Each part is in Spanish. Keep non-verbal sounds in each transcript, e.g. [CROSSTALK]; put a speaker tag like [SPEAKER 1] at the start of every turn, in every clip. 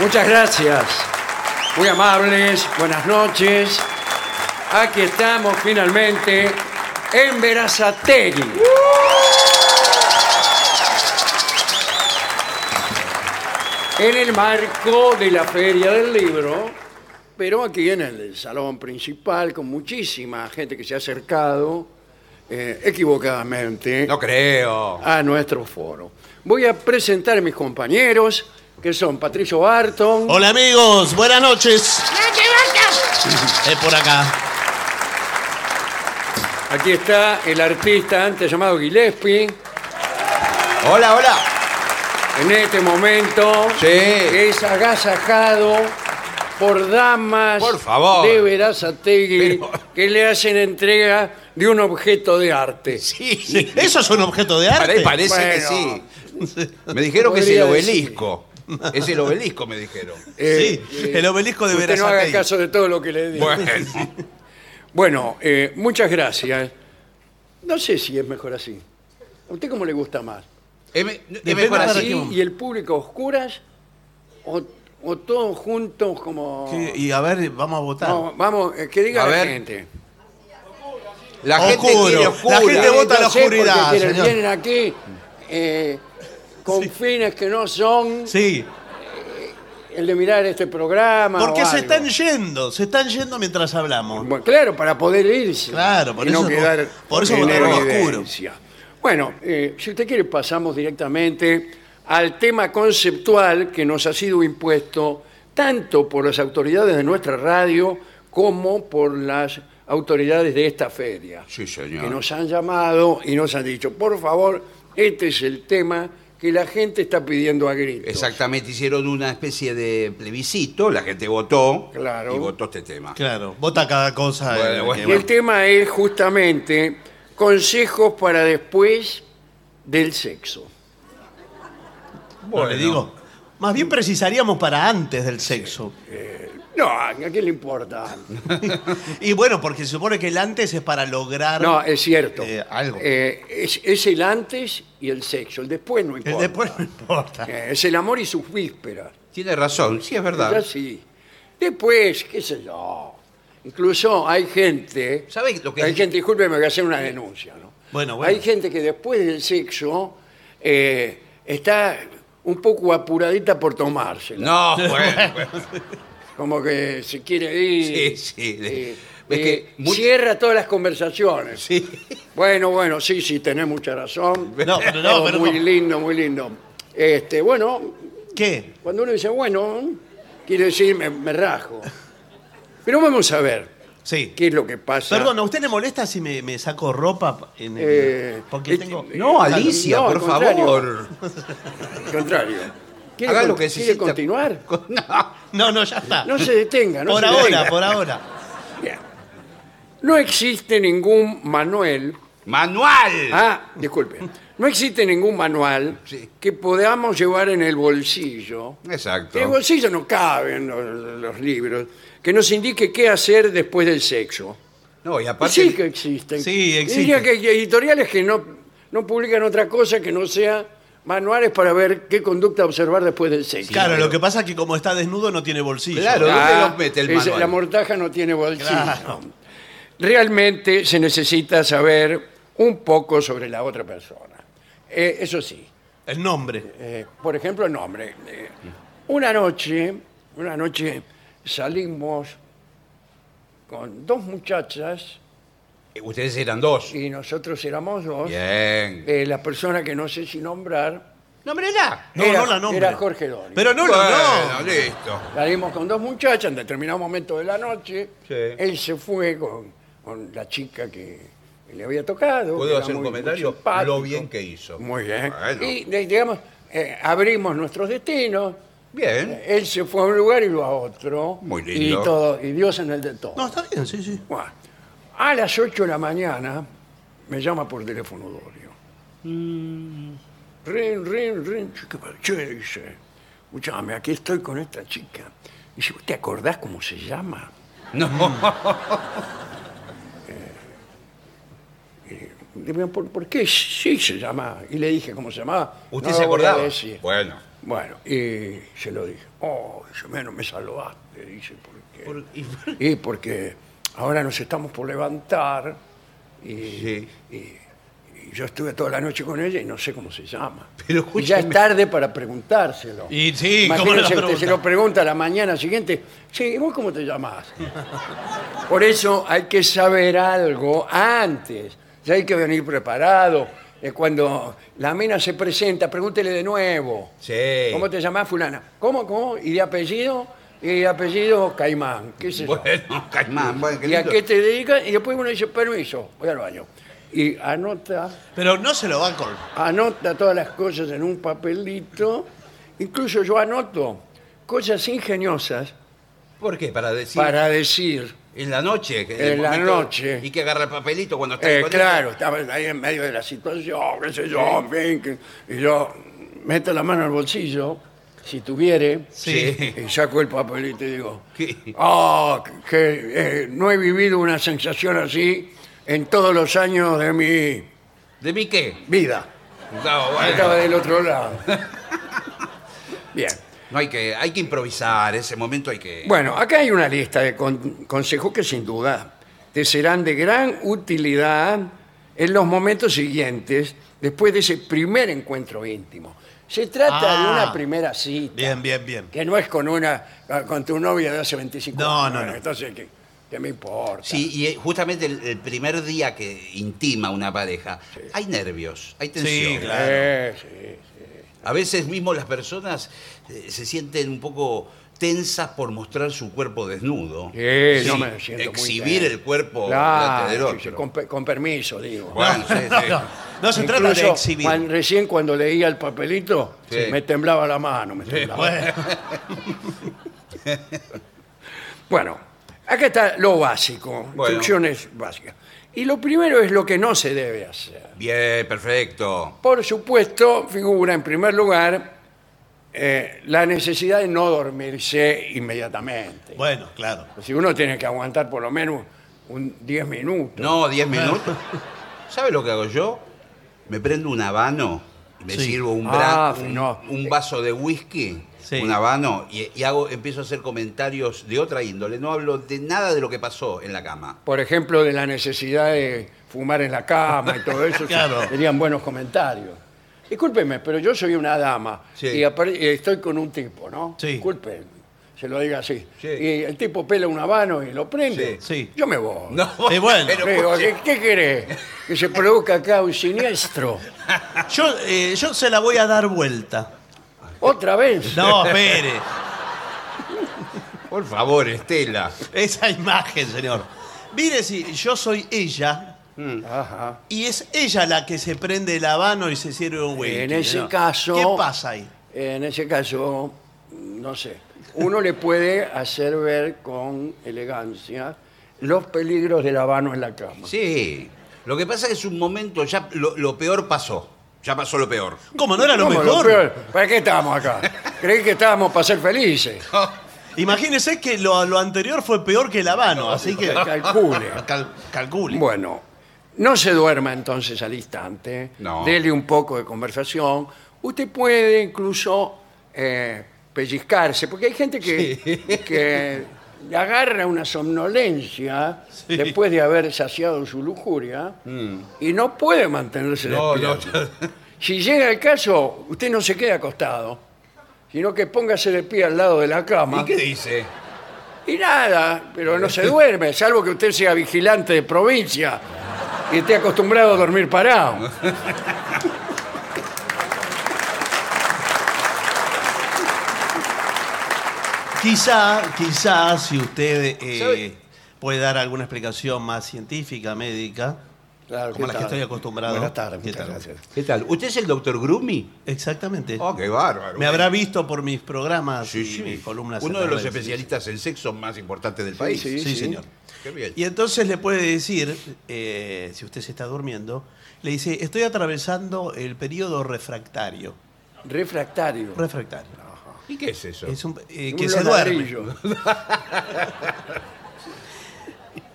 [SPEAKER 1] Muchas gracias. Muy amables, buenas noches. Aquí estamos finalmente en Verazategui. En el marco de la Feria del Libro, pero aquí en el salón principal, con muchísima gente que se ha acercado eh, equivocadamente
[SPEAKER 2] No creo.
[SPEAKER 1] a nuestro foro. Voy a presentar a mis compañeros, que son Patricio Barton.
[SPEAKER 3] Hola amigos, buenas noches. Es por acá.
[SPEAKER 1] Aquí está el artista antes llamado Gillespie.
[SPEAKER 2] Hola, hola.
[SPEAKER 1] En este momento
[SPEAKER 2] Sí.
[SPEAKER 1] es agasajado por damas
[SPEAKER 2] Por favor.
[SPEAKER 1] de Verazategui
[SPEAKER 2] Pero-
[SPEAKER 1] que le hacen entrega de un objeto de arte.
[SPEAKER 2] [LAUGHS]
[SPEAKER 3] Sí, Eso es un objeto de arte.
[SPEAKER 2] Pare- parece que
[SPEAKER 1] Bueno.
[SPEAKER 2] sí. Me dijeron que es el
[SPEAKER 1] Podría
[SPEAKER 2] obelisco. Es el obelisco, me dijeron.
[SPEAKER 1] Eh,
[SPEAKER 3] Sí, el obelisco de
[SPEAKER 1] usted no
[SPEAKER 3] Verazategui.
[SPEAKER 1] haga caso de todo lo que le digo. Bueno,
[SPEAKER 2] Bueno.
[SPEAKER 1] eh, muchas gracias. No sé si es mejor así. ¿A usted cómo le gusta más?
[SPEAKER 2] Es me- es
[SPEAKER 3] Depende
[SPEAKER 2] mejor
[SPEAKER 3] para
[SPEAKER 2] así.
[SPEAKER 1] ¿Así
[SPEAKER 3] qué-
[SPEAKER 1] y el público a oscuras o, o todos juntos como...
[SPEAKER 3] Sí, Y a ver, vamos a votar.
[SPEAKER 1] No, vamos, eh, que diga
[SPEAKER 2] A
[SPEAKER 1] la
[SPEAKER 2] ver.
[SPEAKER 1] gente.
[SPEAKER 2] La gente
[SPEAKER 3] Oscuro.
[SPEAKER 2] quiere
[SPEAKER 3] La
[SPEAKER 2] oscura.
[SPEAKER 3] gente
[SPEAKER 1] Eh,
[SPEAKER 3] vota
[SPEAKER 1] yo
[SPEAKER 3] la
[SPEAKER 1] sé, porque
[SPEAKER 3] oscuridad,
[SPEAKER 1] quieren-
[SPEAKER 3] señor.
[SPEAKER 1] Vienen aquí eh, con fines que no son
[SPEAKER 3] Sí,
[SPEAKER 1] el de mirar este programa.
[SPEAKER 3] porque
[SPEAKER 1] o
[SPEAKER 3] se
[SPEAKER 1] algo.
[SPEAKER 3] están yendo, se están yendo mientras hablamos.
[SPEAKER 1] Bueno, claro, para poder irse.
[SPEAKER 3] Claro, por
[SPEAKER 1] y no
[SPEAKER 3] eso-
[SPEAKER 1] quedar
[SPEAKER 3] por eso
[SPEAKER 1] en
[SPEAKER 3] votaron
[SPEAKER 1] evidencia.
[SPEAKER 3] oscuro.
[SPEAKER 1] Bueno, eh, si usted quiere, pasamos directamente al tema conceptual que nos ha sido impuesto tanto por las autoridades de nuestra radio como por las autoridades de esta feria.
[SPEAKER 2] Sí,
[SPEAKER 1] que
[SPEAKER 2] señor.
[SPEAKER 1] nos han llamado y nos han dicho, por favor, este es el tema que la gente está pidiendo a gritos.
[SPEAKER 2] Exactamente, hicieron una especie de plebiscito, la gente votó
[SPEAKER 1] Claro.
[SPEAKER 2] y votó este tema.
[SPEAKER 3] Claro, vota cada cosa.
[SPEAKER 2] Bueno,
[SPEAKER 3] eh,
[SPEAKER 2] bueno.
[SPEAKER 3] que-
[SPEAKER 1] Y el tema es justamente consejos para después del sexo.
[SPEAKER 3] no le digo. Más bien precisaríamos para antes del
[SPEAKER 2] [LAUGHS]
[SPEAKER 3] sexo.
[SPEAKER 1] No, ¿a qué le
[SPEAKER 3] [LAUGHS]
[SPEAKER 1] importa?
[SPEAKER 3] Y bueno, porque se supone que el antes es para lograr.
[SPEAKER 1] No, es cierto.
[SPEAKER 3] Eh, algo.
[SPEAKER 1] Eh, es, es el antes y el sexo, el después no
[SPEAKER 3] El
[SPEAKER 1] importa.
[SPEAKER 3] después
[SPEAKER 1] [LAUGHS]
[SPEAKER 3] no importa.
[SPEAKER 1] Eh, es el amor y sus vísperas.
[SPEAKER 2] Tiene razón, sí es
[SPEAKER 1] Ya
[SPEAKER 2] verdad.
[SPEAKER 1] sí. Después, qué sé yo. Incluso hay gente.
[SPEAKER 2] ¿Sabe lo que-
[SPEAKER 1] Hay gente, disculpe, me voy a hacer una denuncia, ¿no?
[SPEAKER 3] Bueno, bueno.
[SPEAKER 1] Hay gente que después del sexo eh, está un poco apuradita por tomársela.
[SPEAKER 2] No, bueno, bueno,
[SPEAKER 1] Como que se quiere ir.
[SPEAKER 2] Sí, sí.
[SPEAKER 1] eh,
[SPEAKER 2] Es
[SPEAKER 1] eh,
[SPEAKER 2] que mu-
[SPEAKER 1] Cierra todas las conversaciones.
[SPEAKER 2] sí.
[SPEAKER 1] Bueno, bueno, sí, sí, tenés mucha
[SPEAKER 2] [LAUGHS]
[SPEAKER 1] razón.
[SPEAKER 3] No, pero no,
[SPEAKER 1] Todo
[SPEAKER 3] pero
[SPEAKER 1] muy
[SPEAKER 3] no.
[SPEAKER 1] lindo, muy lindo. Este, bueno,
[SPEAKER 3] ¿Qué?
[SPEAKER 1] cuando uno dice, bueno, quiere decir, me, me rajo. Pero vamos a ver
[SPEAKER 3] Sí.
[SPEAKER 1] qué es lo que pasa.
[SPEAKER 3] Perdón, ¿a usted le molesta si me, me saco ropa? en el-
[SPEAKER 1] Eh,
[SPEAKER 3] porque
[SPEAKER 1] este-
[SPEAKER 3] tengo.
[SPEAKER 2] No, Alicia,
[SPEAKER 1] No, al
[SPEAKER 2] por
[SPEAKER 1] contrario.
[SPEAKER 2] favor.
[SPEAKER 1] Al contrario. ¿Quiere,
[SPEAKER 2] Haga
[SPEAKER 1] con-
[SPEAKER 2] lo que
[SPEAKER 1] quiere
[SPEAKER 2] necesita.
[SPEAKER 1] continuar?
[SPEAKER 2] [LAUGHS] No.
[SPEAKER 3] No, no, ya está.
[SPEAKER 1] No se detenga. No
[SPEAKER 3] por
[SPEAKER 1] se
[SPEAKER 3] ahora,
[SPEAKER 1] detenga.
[SPEAKER 3] por ahora.
[SPEAKER 1] Bien. No existe ningún manual.
[SPEAKER 2] Manual.
[SPEAKER 1] Ah, disculpe. No existe ningún manual
[SPEAKER 2] Sí.
[SPEAKER 1] que podamos llevar en el bolsillo.
[SPEAKER 2] Exacto.
[SPEAKER 1] En el bolsillo no caben los, los libros. Que nos indique qué hacer después del sexo.
[SPEAKER 2] No, y aparte.
[SPEAKER 1] Sí que existen.
[SPEAKER 3] Sí, existen.
[SPEAKER 1] Diría que hay editoriales que no, no publican otra cosa que no sea manuales para ver qué conducta observar después del sexo.
[SPEAKER 3] claro,
[SPEAKER 2] pero-
[SPEAKER 3] lo que pasa es que como está desnudo no tiene bolsillo.
[SPEAKER 2] Claro. ¿Pero dónde los mete el
[SPEAKER 1] es-
[SPEAKER 2] manual?
[SPEAKER 1] Ah, La mortaja no tiene bolsillo.
[SPEAKER 3] Claro.
[SPEAKER 1] Realmente se necesita saber un poco sobre la otra persona. Eh, eso sí,
[SPEAKER 3] El nombre.
[SPEAKER 1] eh, por ejemplo, el nombre. Eh, una noche, una noche salimos con dos muchachas
[SPEAKER 2] eh, Ustedes eran dos.
[SPEAKER 1] y nosotros éramos dos.
[SPEAKER 2] Bien.
[SPEAKER 1] Eh, la persona que no sé si nombrar
[SPEAKER 2] Nómbrela.
[SPEAKER 3] No,
[SPEAKER 1] era,
[SPEAKER 3] no la nombre.
[SPEAKER 1] era Jorge Dori.
[SPEAKER 3] Pero no lo
[SPEAKER 2] Bueno,
[SPEAKER 3] no.
[SPEAKER 2] listo.
[SPEAKER 1] Salimos con dos muchachas en determinado momento de la noche.
[SPEAKER 2] Sí.
[SPEAKER 1] Él se fue con, con la chica que le había tocado. que
[SPEAKER 2] ¿Puedo
[SPEAKER 1] era
[SPEAKER 2] hacer un
[SPEAKER 1] muy- muy
[SPEAKER 2] comentario?
[SPEAKER 1] simpático.
[SPEAKER 2] Lo bien que hizo.
[SPEAKER 1] Muy bien.
[SPEAKER 2] Bueno.
[SPEAKER 1] Y de- digamos, eh, abrimos nuestros destinos.
[SPEAKER 2] Bien.
[SPEAKER 1] Él se fue a un lugar y yo a otro.
[SPEAKER 2] Muy lindo.
[SPEAKER 1] Y, todo, y Dios en el de todo.
[SPEAKER 3] No, está bien, sí, sí.
[SPEAKER 1] Bueno, a las 8 de la mañana me llama por teléfono Dorio.
[SPEAKER 2] Mm.
[SPEAKER 1] Rin, rin, rin. Che, ¿Qué pa- che, dice. Escuchame, aquí estoy con esta chica. Dice, ¿vos te acordás cómo se llama? mm,
[SPEAKER 2] No.
[SPEAKER 1] Le digo, ¿Por, por qué sí se llama? Y le dije cómo se llamaba.
[SPEAKER 2] [LAUGHS] ¿Usted
[SPEAKER 1] No
[SPEAKER 2] se
[SPEAKER 1] lo voy a
[SPEAKER 2] acordaba?
[SPEAKER 1] decir.
[SPEAKER 2] Bueno.
[SPEAKER 1] Bueno, y se lo dije. Oh, dice, menos me salvaste, dice, porque.
[SPEAKER 2] Por- y por-
[SPEAKER 1] Y porque ahora nos estamos por levantar y,
[SPEAKER 2] Sí.
[SPEAKER 1] y- y yo estuve toda la noche con ella y no sé cómo se llama.
[SPEAKER 2] Pero
[SPEAKER 1] y ya
[SPEAKER 2] escúcheme.
[SPEAKER 1] es tarde para preguntárselo.
[SPEAKER 3] Y sí, ¿cómo
[SPEAKER 1] Imagínese
[SPEAKER 3] lo
[SPEAKER 1] usted,
[SPEAKER 3] pregunta?
[SPEAKER 1] se lo pregunta a la mañana siguiente. Sí, ¿y vos cómo te llamás? Por eso hay que saber algo antes. Ya hay que venir preparado. Eh, Cuando la mina se presenta, pregúntele de nuevo.
[SPEAKER 2] Sí.
[SPEAKER 1] ¿Cómo te llamás fulana? ¿Cómo, cómo? ¿Y de apellido? Y de apellido Caimán. ¿Qué sé yo.
[SPEAKER 2] Bueno, [LAUGHS] Caimán, bueno, qué
[SPEAKER 1] ¿Y a
[SPEAKER 2] lindo.
[SPEAKER 1] qué te dedicas? Y después uno dice, permiso, voy al baño. Y anota,
[SPEAKER 3] Pero no se lo va a col.
[SPEAKER 1] anota todas las cosas en un papelito. Incluso yo anoto cosas ingeniosas
[SPEAKER 2] ¿Por qué? Para decir.
[SPEAKER 1] para decir.
[SPEAKER 2] En la noche. que
[SPEAKER 1] En
[SPEAKER 2] el
[SPEAKER 1] la noche.
[SPEAKER 2] Y que agarra el papelito cuando está
[SPEAKER 1] Eh,
[SPEAKER 2] con ella.
[SPEAKER 1] claro, estaba ahí en medio de la situación, qué sé yo, en fin, que- y yo meto la mano al bolsillo, si tuviere,
[SPEAKER 2] Sí.
[SPEAKER 1] y saco el papelito y digo,
[SPEAKER 2] ¿Qué?
[SPEAKER 1] "Ah, que eh, no he vivido una sensación así en todos los años de mi
[SPEAKER 2] ¿De mí qué?
[SPEAKER 1] vida.
[SPEAKER 2] No, bueno.
[SPEAKER 1] Estaba del otro
[SPEAKER 2] [LAUGHS]
[SPEAKER 1] lado. Bien.
[SPEAKER 2] No hay que, hay que improvisar, ese momento hay que.
[SPEAKER 1] Bueno, acá hay una lista de con- consejos que sin duda te serán de gran utilidad en los momentos siguientes, después de ese primer encuentro íntimo. Se trata de
[SPEAKER 3] Ah.
[SPEAKER 1] una primera cita,
[SPEAKER 3] Bien, bien, bien.
[SPEAKER 1] que no es con una con tu novia de hace 25
[SPEAKER 3] No,
[SPEAKER 1] años.
[SPEAKER 3] no, no.
[SPEAKER 1] Entonces, ¿qué, qué me importa?
[SPEAKER 2] Sí, y eh, justamente el, el primer día que intima una pareja, hay nervios, hay tensión.
[SPEAKER 3] claro.
[SPEAKER 1] Eh, sí.
[SPEAKER 2] A veces mismo las personas eh, se sienten un poco tensas por mostrar su cuerpo desnudo.
[SPEAKER 1] Sí, yo me siento muy
[SPEAKER 2] Exhibir
[SPEAKER 1] bien.
[SPEAKER 2] el cuerpo
[SPEAKER 1] Claro,
[SPEAKER 2] delante del
[SPEAKER 1] sí, sí,
[SPEAKER 2] otro.
[SPEAKER 1] con, pe- con permiso, digo. [LAUGHS]
[SPEAKER 2] Bueno, sí,
[SPEAKER 3] No,
[SPEAKER 2] sí.
[SPEAKER 3] no, no se trata de
[SPEAKER 1] Incluso,
[SPEAKER 3] exhibir.
[SPEAKER 1] cuan- recién cuando leía el papelito,
[SPEAKER 2] Sí.
[SPEAKER 1] me temblaba la mano. me temblaba.
[SPEAKER 3] Bueno,
[SPEAKER 1] [LAUGHS] Bueno, acá está lo básico,
[SPEAKER 2] Bueno.
[SPEAKER 1] instrucciones básicas. Y lo primero es lo que no se debe hacer.
[SPEAKER 2] Bien, perfecto.
[SPEAKER 1] Por supuesto, figura en primer lugar eh, la necesidad de no dormirse inmediatamente.
[SPEAKER 3] bueno, claro.
[SPEAKER 1] Si uno tiene que aguantar por lo menos un 10 minutos.
[SPEAKER 2] No, 10 minutos. ¿Sabe lo que hago yo? Me prendo un habano, me
[SPEAKER 3] Sí.
[SPEAKER 2] sirvo un,
[SPEAKER 1] Ah,
[SPEAKER 2] bra- un,
[SPEAKER 1] no.
[SPEAKER 2] un vaso de whisky,
[SPEAKER 3] Sí.
[SPEAKER 2] un habano, y, y hago, empiezo a hacer comentarios de otra índole. No hablo de nada de lo que pasó en la cama. [LAUGHS]
[SPEAKER 1] Por ejemplo, de la necesidad de fumar en la cama y todo eso.
[SPEAKER 3] Claro.
[SPEAKER 1] Serían buenos comentarios. Discúlpeme, pero yo soy una dama
[SPEAKER 2] Sí.
[SPEAKER 1] y apare- y estoy con un tipo, ¿no?
[SPEAKER 3] Sí.
[SPEAKER 1] Disculpe, se lo diga así.
[SPEAKER 2] Sí.
[SPEAKER 1] Y el tipo pela un habano y lo prende.
[SPEAKER 3] Sí, sí.
[SPEAKER 1] Yo me voy.
[SPEAKER 3] Y bueno.
[SPEAKER 2] pero-
[SPEAKER 1] Le digo, ¿qué, qué querés? Que se produzca acá un siniestro.
[SPEAKER 3] Yo, eh, yo se la voy a dar vuelta.
[SPEAKER 1] ¿Otra vez? [LAUGHS]
[SPEAKER 3] No, espere.
[SPEAKER 2] por favor, Estela.
[SPEAKER 3] Esa imagen, señor. Mire si yo soy ella
[SPEAKER 1] Ajá.
[SPEAKER 3] y es ella la que se prende el habano y se sirve un whisky.
[SPEAKER 1] En ese
[SPEAKER 3] ¿no?
[SPEAKER 1] caso-
[SPEAKER 3] ¿Qué pasa ahí?
[SPEAKER 1] En ese caso, no sé, uno le puede hacer ver con elegancia los peligros del habano en la cama.
[SPEAKER 2] Sí. Lo que pasa es que es un momento, ya lo, lo peor pasó. Ya pasó lo peor.
[SPEAKER 3] ¿Cómo no era lo
[SPEAKER 1] ¿Cómo,
[SPEAKER 3] mejor?
[SPEAKER 1] peor? ¿Para qué estábamos acá? Creí que estábamos para ser
[SPEAKER 3] [LAUGHS]
[SPEAKER 1] felices.
[SPEAKER 3] Imagínese que lo, lo anterior fue peor que el habano, así que
[SPEAKER 1] Calcule.
[SPEAKER 3] cal- calcule.
[SPEAKER 1] Bueno, no se duerma entonces al instante.
[SPEAKER 2] No.
[SPEAKER 1] Dele un poco de conversación. Usted puede incluso eh, pellizcarse, porque hay gente que, que le agarra una somnolencia
[SPEAKER 3] Sí.
[SPEAKER 1] después de haber saciado su lujuria y no puede mantenerse
[SPEAKER 2] Mm. No, no,
[SPEAKER 1] despierto. Si llega el caso, usted no se queda acostado, sino que póngase de pie al lado de la cama.
[SPEAKER 2] ¿Y qué dice?
[SPEAKER 1] Y nada, pero no se duerme, salvo que usted sea vigilante de provincia y esté acostumbrado a dormir parado.
[SPEAKER 3] Quizá, quizá si usted eh,
[SPEAKER 2] ¿Sabe?
[SPEAKER 3] puede dar alguna explicación más científica, médica,
[SPEAKER 1] Claro, ¿qué
[SPEAKER 3] como las que
[SPEAKER 1] tal?
[SPEAKER 3] estoy acostumbrado.
[SPEAKER 1] Buenas tardes,
[SPEAKER 3] ¿Qué
[SPEAKER 1] muchas
[SPEAKER 3] tal?
[SPEAKER 1] gracias.
[SPEAKER 2] ¿Qué tal? ¿Usted es el doctor Grumi?
[SPEAKER 3] Exactamente.
[SPEAKER 2] Oh, qué bárbaro.
[SPEAKER 3] Me habrá visto por mis programas
[SPEAKER 2] Sí,
[SPEAKER 3] y
[SPEAKER 2] sí.
[SPEAKER 3] mis columnas. en
[SPEAKER 2] Uno de
[SPEAKER 3] las
[SPEAKER 2] los
[SPEAKER 3] redes.
[SPEAKER 2] especialistas en sexo más importantes del país.
[SPEAKER 1] sí, sí.
[SPEAKER 2] señor. Qué bien.
[SPEAKER 3] Y entonces le puede decir, eh, si usted se está durmiendo, le dice, estoy atravesando el periodo refractario.
[SPEAKER 1] Refractario.
[SPEAKER 3] Refractario.
[SPEAKER 2] ¿Y qué es eso?
[SPEAKER 3] Es un, eh,
[SPEAKER 1] Un
[SPEAKER 3] que se duerme. [LAUGHS]
[SPEAKER 1] ladrillo.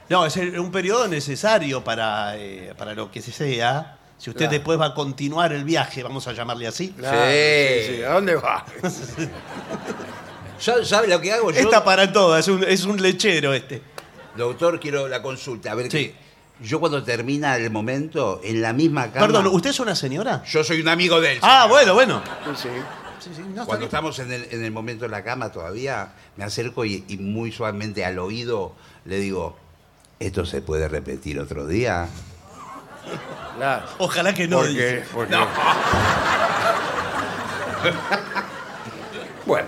[SPEAKER 3] No, es el- un periodo necesario para, eh, para lo que se sea. Si usted
[SPEAKER 1] Claro.
[SPEAKER 3] después va a continuar el viaje, vamos a llamarle así.
[SPEAKER 1] Claro,
[SPEAKER 2] Sí.
[SPEAKER 1] sí, sí. ¿A dónde va? [LAUGHS]
[SPEAKER 2] ¿Sabe, sabe lo que hago yo?
[SPEAKER 3] Esta para todas, es un, es un lechero este.
[SPEAKER 2] Doctor, quiero la consulta. A ver, qué-
[SPEAKER 3] Sí.
[SPEAKER 2] yo cuando termina el momento, en la misma cama...
[SPEAKER 3] Perdón, ¿usted es una señora?
[SPEAKER 2] Yo soy un amigo de él.
[SPEAKER 3] Ah, bueno, bueno.
[SPEAKER 1] Sí, sí.
[SPEAKER 3] Sí, sí, no, está
[SPEAKER 2] Cuando
[SPEAKER 3] bien.
[SPEAKER 2] estamos en el, en el momento de la cama todavía, me acerco y, y muy suavemente al oído le digo, ¿esto se puede repetir otro día?
[SPEAKER 1] Claro.
[SPEAKER 3] Ojalá que no.
[SPEAKER 1] Porque,
[SPEAKER 3] dice.
[SPEAKER 1] porque- [LAUGHS] bueno,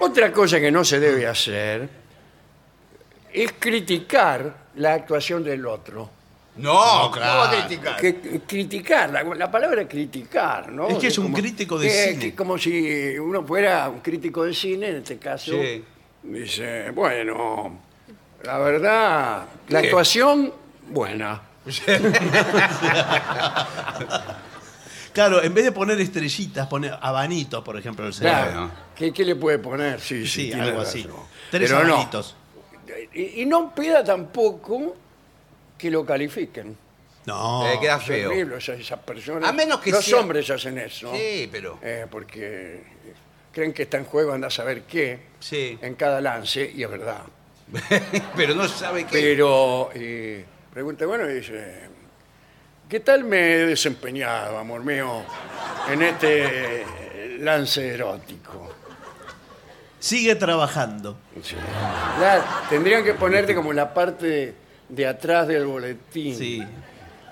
[SPEAKER 1] otra cosa que no se debe hacer es criticar la actuación del otro.
[SPEAKER 2] No,
[SPEAKER 3] claro.
[SPEAKER 2] ¿cómo criticar?
[SPEAKER 1] Que- criticar, la, la palabra criticar, ¿no?
[SPEAKER 3] Es que es un crítico de
[SPEAKER 1] que-
[SPEAKER 3] cine.
[SPEAKER 1] que como si uno fuera un crítico de cine, en este caso,
[SPEAKER 2] Sí.
[SPEAKER 1] dice, bueno, la verdad, la
[SPEAKER 2] Sí.
[SPEAKER 1] actuación, buena.
[SPEAKER 3] Claro, en vez de poner estrellitas, pone abanitos, por ejemplo, el señor.
[SPEAKER 1] Claro.
[SPEAKER 2] Claro.
[SPEAKER 1] ¿Qué, qué le puede poner? Sí, sí,
[SPEAKER 3] Sí,
[SPEAKER 1] tiene
[SPEAKER 3] algo así.
[SPEAKER 1] razón.
[SPEAKER 3] Tres
[SPEAKER 1] Pero no.
[SPEAKER 3] abanitos.
[SPEAKER 1] Y, y no pida tampoco que lo califiquen.
[SPEAKER 3] No.
[SPEAKER 2] Eh, queda
[SPEAKER 1] Es
[SPEAKER 2] feo.
[SPEAKER 1] horrible, esas, esas personas.
[SPEAKER 2] A menos que
[SPEAKER 1] Los
[SPEAKER 2] sea-
[SPEAKER 1] hombres hacen eso.
[SPEAKER 2] Sí, pero- [LAUGHS]
[SPEAKER 1] eh, porque creen que está en juego, anda a saber qué.
[SPEAKER 2] Sí.
[SPEAKER 1] En cada lance, y es verdad.
[SPEAKER 2] Pero no sabe qué.
[SPEAKER 1] Pero eh, pregunta, bueno, y dice, ¿qué tal me he desempeñado, amor mío, en este eh, lance erótico?
[SPEAKER 3] Sigue trabajando.
[SPEAKER 1] Sí. Claro, tendrían que ponerte como en la parte de, de atrás del boletín.
[SPEAKER 3] Sí.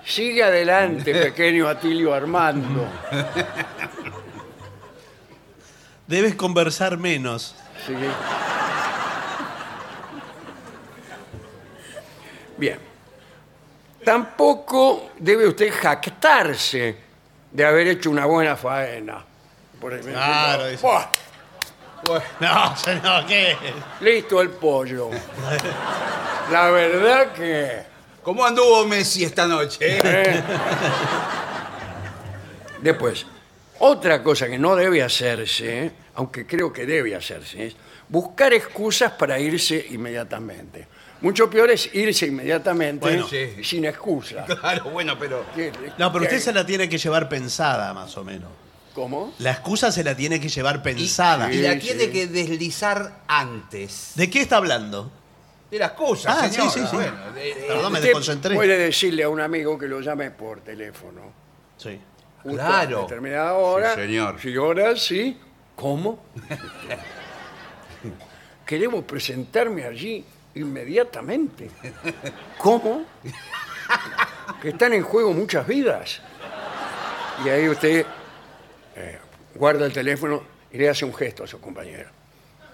[SPEAKER 1] Sigue adelante, pequeño Atilio Armando.
[SPEAKER 3] Debes conversar menos.
[SPEAKER 1] Sí. Bien. Tampoco debe usted jactarse de haber hecho una buena faena. Por ejemplo,
[SPEAKER 3] Claro, dice.
[SPEAKER 1] "Buah,
[SPEAKER 3] No, señor, ¿qué?
[SPEAKER 1] listo el
[SPEAKER 3] [LAUGHS]
[SPEAKER 1] pollo. La verdad que...
[SPEAKER 2] ¿Cómo anduvo Messi esta noche? [LAUGHS] eh?
[SPEAKER 1] ¿eh? Después, otra cosa que no debe hacerse, aunque creo que debe hacerse, es buscar excusas para irse inmediatamente. Mucho peor es irse inmediatamente
[SPEAKER 3] Bueno,
[SPEAKER 2] sí.
[SPEAKER 1] sin excusa.
[SPEAKER 2] Claro, bueno, pero...
[SPEAKER 1] ¿Qué-
[SPEAKER 3] No, pero
[SPEAKER 1] qué-
[SPEAKER 3] usted se la tiene que llevar pensada, más o menos.
[SPEAKER 1] ¿Cómo?
[SPEAKER 3] La excusa se la tiene que llevar
[SPEAKER 2] Y,
[SPEAKER 3] pensada.
[SPEAKER 2] y la
[SPEAKER 1] Sí,
[SPEAKER 2] tiene
[SPEAKER 1] sí.
[SPEAKER 2] que deslizar antes.
[SPEAKER 3] ¿De qué está hablando?
[SPEAKER 2] De las cosas,
[SPEAKER 3] Ah, sí,
[SPEAKER 2] señora.
[SPEAKER 3] sí, sí.
[SPEAKER 2] Bueno, de- de-
[SPEAKER 3] Perdón, me
[SPEAKER 1] Usted
[SPEAKER 3] desconcentré.
[SPEAKER 1] Puede decirle a un amigo que lo llame por teléfono.
[SPEAKER 3] Sí.
[SPEAKER 1] Justo
[SPEAKER 2] Claro.
[SPEAKER 1] A determinada hora.
[SPEAKER 2] Sí, señor.
[SPEAKER 1] Si ahora sí. ¿Cómo? [LAUGHS] Queremos presentarme allí inmediatamente. ¿Cómo? Que están en juego muchas vidas. Y ahí usted eh, guarda el teléfono y le hace un gesto a su compañero.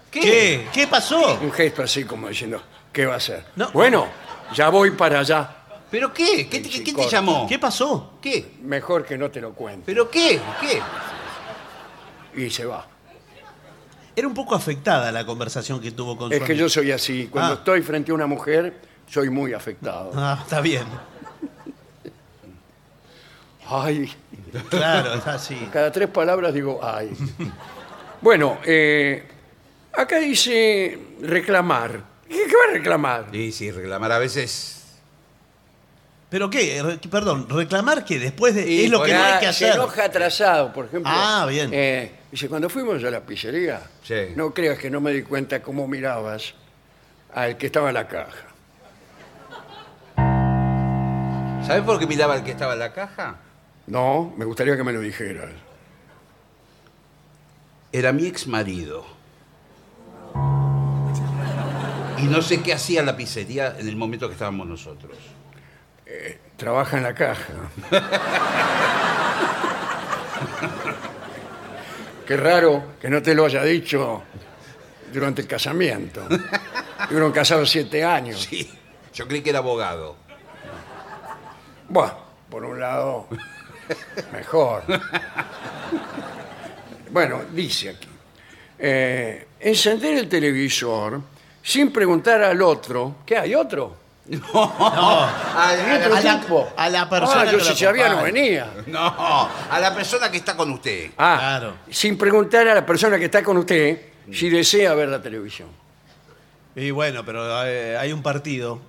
[SPEAKER 3] ¿Qué? ¿Qué, pasó?
[SPEAKER 1] Un gesto así como diciendo, ¿qué va a hacer?
[SPEAKER 3] No.
[SPEAKER 1] Bueno, ya voy para allá.
[SPEAKER 2] ¿Pero qué? ¿Qué te-
[SPEAKER 1] Sí,
[SPEAKER 2] ¿Quién te
[SPEAKER 1] corta.
[SPEAKER 2] llamó?
[SPEAKER 3] ¿Qué pasó?
[SPEAKER 2] ¿Qué?
[SPEAKER 1] Mejor que no te lo cuente.
[SPEAKER 2] ¿Pero qué? ¿Qué?
[SPEAKER 1] Y se va.
[SPEAKER 3] Era un poco afectada la conversación que tuvo con su
[SPEAKER 1] Es que
[SPEAKER 3] amigo.
[SPEAKER 1] yo soy así. Cuando
[SPEAKER 3] Ah.
[SPEAKER 1] estoy frente a una mujer, soy muy afectado.
[SPEAKER 3] Ah, está bien.
[SPEAKER 1] Ay,
[SPEAKER 3] Claro, está así.
[SPEAKER 1] cada tres palabras digo ay. Bueno, eh, acá dice reclamar. ¿Qué, qué va a reclamar?
[SPEAKER 2] Sí, sí, reclamar a veces.
[SPEAKER 3] ¿Pero qué? Re- perdón, reclamar que después de... es lo que no
[SPEAKER 2] ahora
[SPEAKER 3] hay que
[SPEAKER 1] Ah, Se
[SPEAKER 3] hacer.
[SPEAKER 1] enoja atrasado, por ejemplo.
[SPEAKER 3] Ah, bien.
[SPEAKER 1] Eh, dice, cuando fuimos a la pizzería,
[SPEAKER 2] Sí.
[SPEAKER 1] no creas que no me di cuenta cómo mirabas al que estaba en la caja.
[SPEAKER 2] ¿Sabes por qué miraba el que estaba en la caja?
[SPEAKER 1] No, me gustaría que me lo dijeras.
[SPEAKER 2] Era mi ex marido. Y no sé qué hacía la pizzería en el momento que estábamos nosotros.
[SPEAKER 1] Trabaja en la caja. Qué raro que no te lo haya dicho durante el casamiento. Fueron
[SPEAKER 2] [LAUGHS]
[SPEAKER 1] casados siete años.
[SPEAKER 2] Sí, yo creí que era abogado.
[SPEAKER 1] Bueno, por un lado, mejor. Bueno, dice aquí. eh, encender el televisor sin preguntar al otro, ¿qué hay otro?
[SPEAKER 2] A, a-
[SPEAKER 1] Otro
[SPEAKER 2] a la,
[SPEAKER 1] tipo.
[SPEAKER 3] a la persona
[SPEAKER 1] Ah, yo
[SPEAKER 3] que
[SPEAKER 1] si
[SPEAKER 3] lo
[SPEAKER 1] sabía no
[SPEAKER 3] acompaña.
[SPEAKER 1] venía.
[SPEAKER 2] no, a la persona que está con usted.
[SPEAKER 1] Ah,
[SPEAKER 3] Claro.
[SPEAKER 1] sin preguntar a la persona que está con usted si desea ver la televisión.
[SPEAKER 3] Y bueno, pero eh, hay un partido,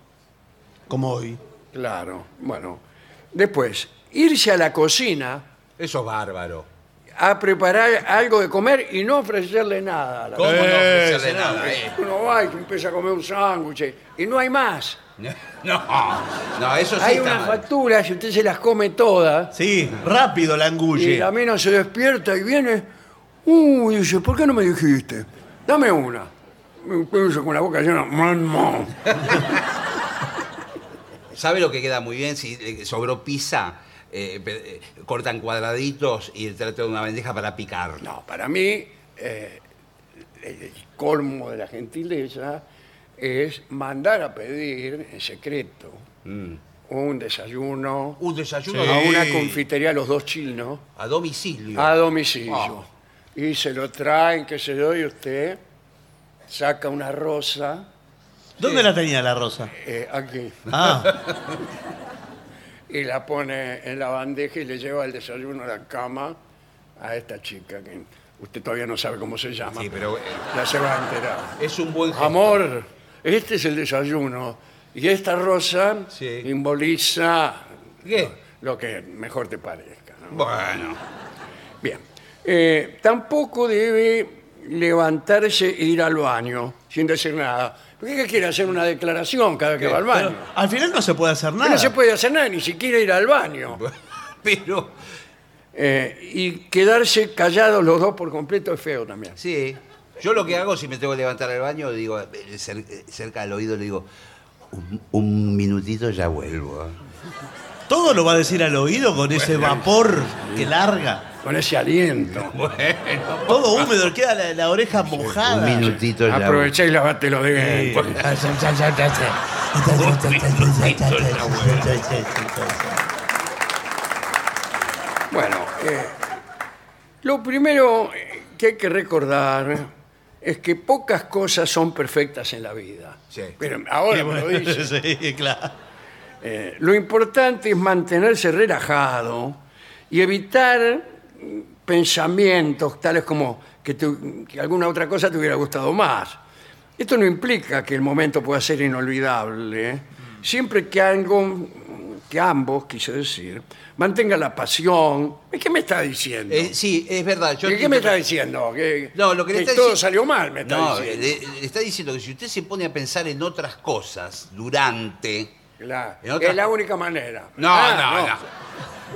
[SPEAKER 3] como hoy.
[SPEAKER 1] Claro, bueno. Después, irse a la cocina
[SPEAKER 2] Eso es bárbaro.
[SPEAKER 1] a preparar algo de comer y no ofrecerle nada. a la
[SPEAKER 2] ¿Cómo no
[SPEAKER 3] Eh,
[SPEAKER 2] ofrecerle nada? eh? [LAUGHS]
[SPEAKER 1] Uno va y empieza a comer un sándwich y no hay más.
[SPEAKER 2] No, no, eso sí
[SPEAKER 1] Hay
[SPEAKER 2] está
[SPEAKER 1] unas
[SPEAKER 2] mal.
[SPEAKER 1] facturas y usted se las come todas
[SPEAKER 3] Sí, rápido la
[SPEAKER 1] y
[SPEAKER 3] engulle.
[SPEAKER 1] la mina se despierta y viene. Uy, dice, ¿por qué no me dijiste? Dame una. Me empiezo con la boca llena. "Man, man".
[SPEAKER 2] ¿Sabe lo que queda muy bien? Si eh, sobró pizza, eh, pe- eh, cortan cuadraditos y trata de una bandeja para picar.
[SPEAKER 1] No, para mí, eh, el colmo de la gentileza es mandar a pedir en secreto
[SPEAKER 2] Mm.
[SPEAKER 1] un desayuno
[SPEAKER 2] Un desayuno
[SPEAKER 3] Sí.
[SPEAKER 1] a
[SPEAKER 2] de-
[SPEAKER 1] una confitería, los dos chinos.
[SPEAKER 2] a domicilio.
[SPEAKER 1] a domicilio.
[SPEAKER 2] Ah.
[SPEAKER 1] Y se lo traen, qué sé yo, y usted saca una rosa
[SPEAKER 3] ¿Dónde la tenía la rosa?
[SPEAKER 1] eh, aquí
[SPEAKER 3] Ah,
[SPEAKER 1] y la pone en la bandeja y le lleva el desayuno a la cama a esta chica que usted todavía no sabe cómo se llama.
[SPEAKER 2] Sí, pero eh,
[SPEAKER 1] Ya se va a enterar.
[SPEAKER 2] es un buen gesto.
[SPEAKER 1] Amor, este es el desayuno y esta rosa
[SPEAKER 2] Sí.
[SPEAKER 1] simboliza
[SPEAKER 2] ¿Qué?
[SPEAKER 1] lo que mejor te parezca. ¿no?
[SPEAKER 2] Bueno, [LAUGHS]
[SPEAKER 1] Bien. Eh, tampoco debe levantarse e ir al baño sin decir nada. Porque ¿qué quiere hacer una declaración cada vez que va al
[SPEAKER 3] pero
[SPEAKER 1] baño.
[SPEAKER 3] al final no se puede hacer
[SPEAKER 1] Que
[SPEAKER 3] nada.
[SPEAKER 1] No se puede hacer nada, ni siquiera ir al baño.
[SPEAKER 2] pero
[SPEAKER 1] Eh, y quedarse callados los dos por completo es feo también.
[SPEAKER 2] sí. Yo lo que hago si me tengo que levantar al baño, digo, eh, cer- eh, cerca del oído le digo, un, un minutito ya vuelvo. ¿eh".
[SPEAKER 3] Todo lo va a decir al oído con ese vapor que larga.
[SPEAKER 1] Con ese aliento.
[SPEAKER 3] Todo húmedo, queda la, la oreja mojada.
[SPEAKER 2] Un minutito ya vuelvo.
[SPEAKER 1] Aproveché y lavate los
[SPEAKER 3] Sí.
[SPEAKER 1] dientes. Bueno, eh, lo primero eh, que hay que recordar es que pocas cosas son perfectas en la vida.
[SPEAKER 2] Sí.
[SPEAKER 1] Pero ahora
[SPEAKER 3] Y
[SPEAKER 1] me lo
[SPEAKER 3] bueno,
[SPEAKER 1] dice.
[SPEAKER 3] [LAUGHS] sí, claro.
[SPEAKER 1] Eh, lo importante es mantenerse relajado y evitar mm, pensamientos tales como que, tu- que alguna otra cosa te hubiera gustado más. Esto no implica que el momento pueda ser inolvidable, ¿eh? siempre que algo que ambos, quise decir, mantenga la pasión. ¿Qué me está diciendo?
[SPEAKER 2] Eh, sí, es verdad. Yo
[SPEAKER 1] ¿Qué, qué me está diciendo?
[SPEAKER 2] entiendo-
[SPEAKER 1] Que,
[SPEAKER 2] No, lo que le está
[SPEAKER 1] todo
[SPEAKER 2] dici-
[SPEAKER 1] salió mal, me está
[SPEAKER 2] No, eh,
[SPEAKER 1] diciendo.
[SPEAKER 2] le- le está diciendo que si usted se pone a pensar en otras cosas durante
[SPEAKER 1] La-
[SPEAKER 2] en otra-
[SPEAKER 1] Es la única manera.
[SPEAKER 2] No,
[SPEAKER 1] Ah,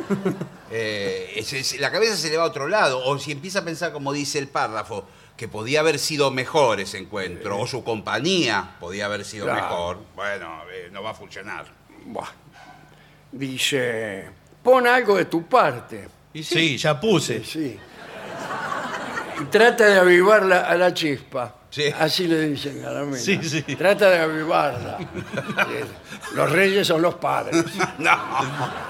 [SPEAKER 2] no, no. [LAUGHS] Eh, se- se- la cabeza se le va a otro lado. O si empieza a pensar, como dice el párrafo, que podía haber sido mejor ese encuentro, o su compañía podía haber sido
[SPEAKER 1] Eh. Claro.
[SPEAKER 2] mejor, bueno, eh, no va a funcionar. [LAUGHS]
[SPEAKER 1] Buah. Dice, pon algo de tu parte.
[SPEAKER 3] Sí, ya puse.
[SPEAKER 1] Sí. Y trata de avivarla a la chispa.
[SPEAKER 2] Sí.
[SPEAKER 1] Así le dicen a la mina.
[SPEAKER 3] Sí, sí.
[SPEAKER 1] Trata de avivarla. Sí. los reyes son los padres.
[SPEAKER 2] No.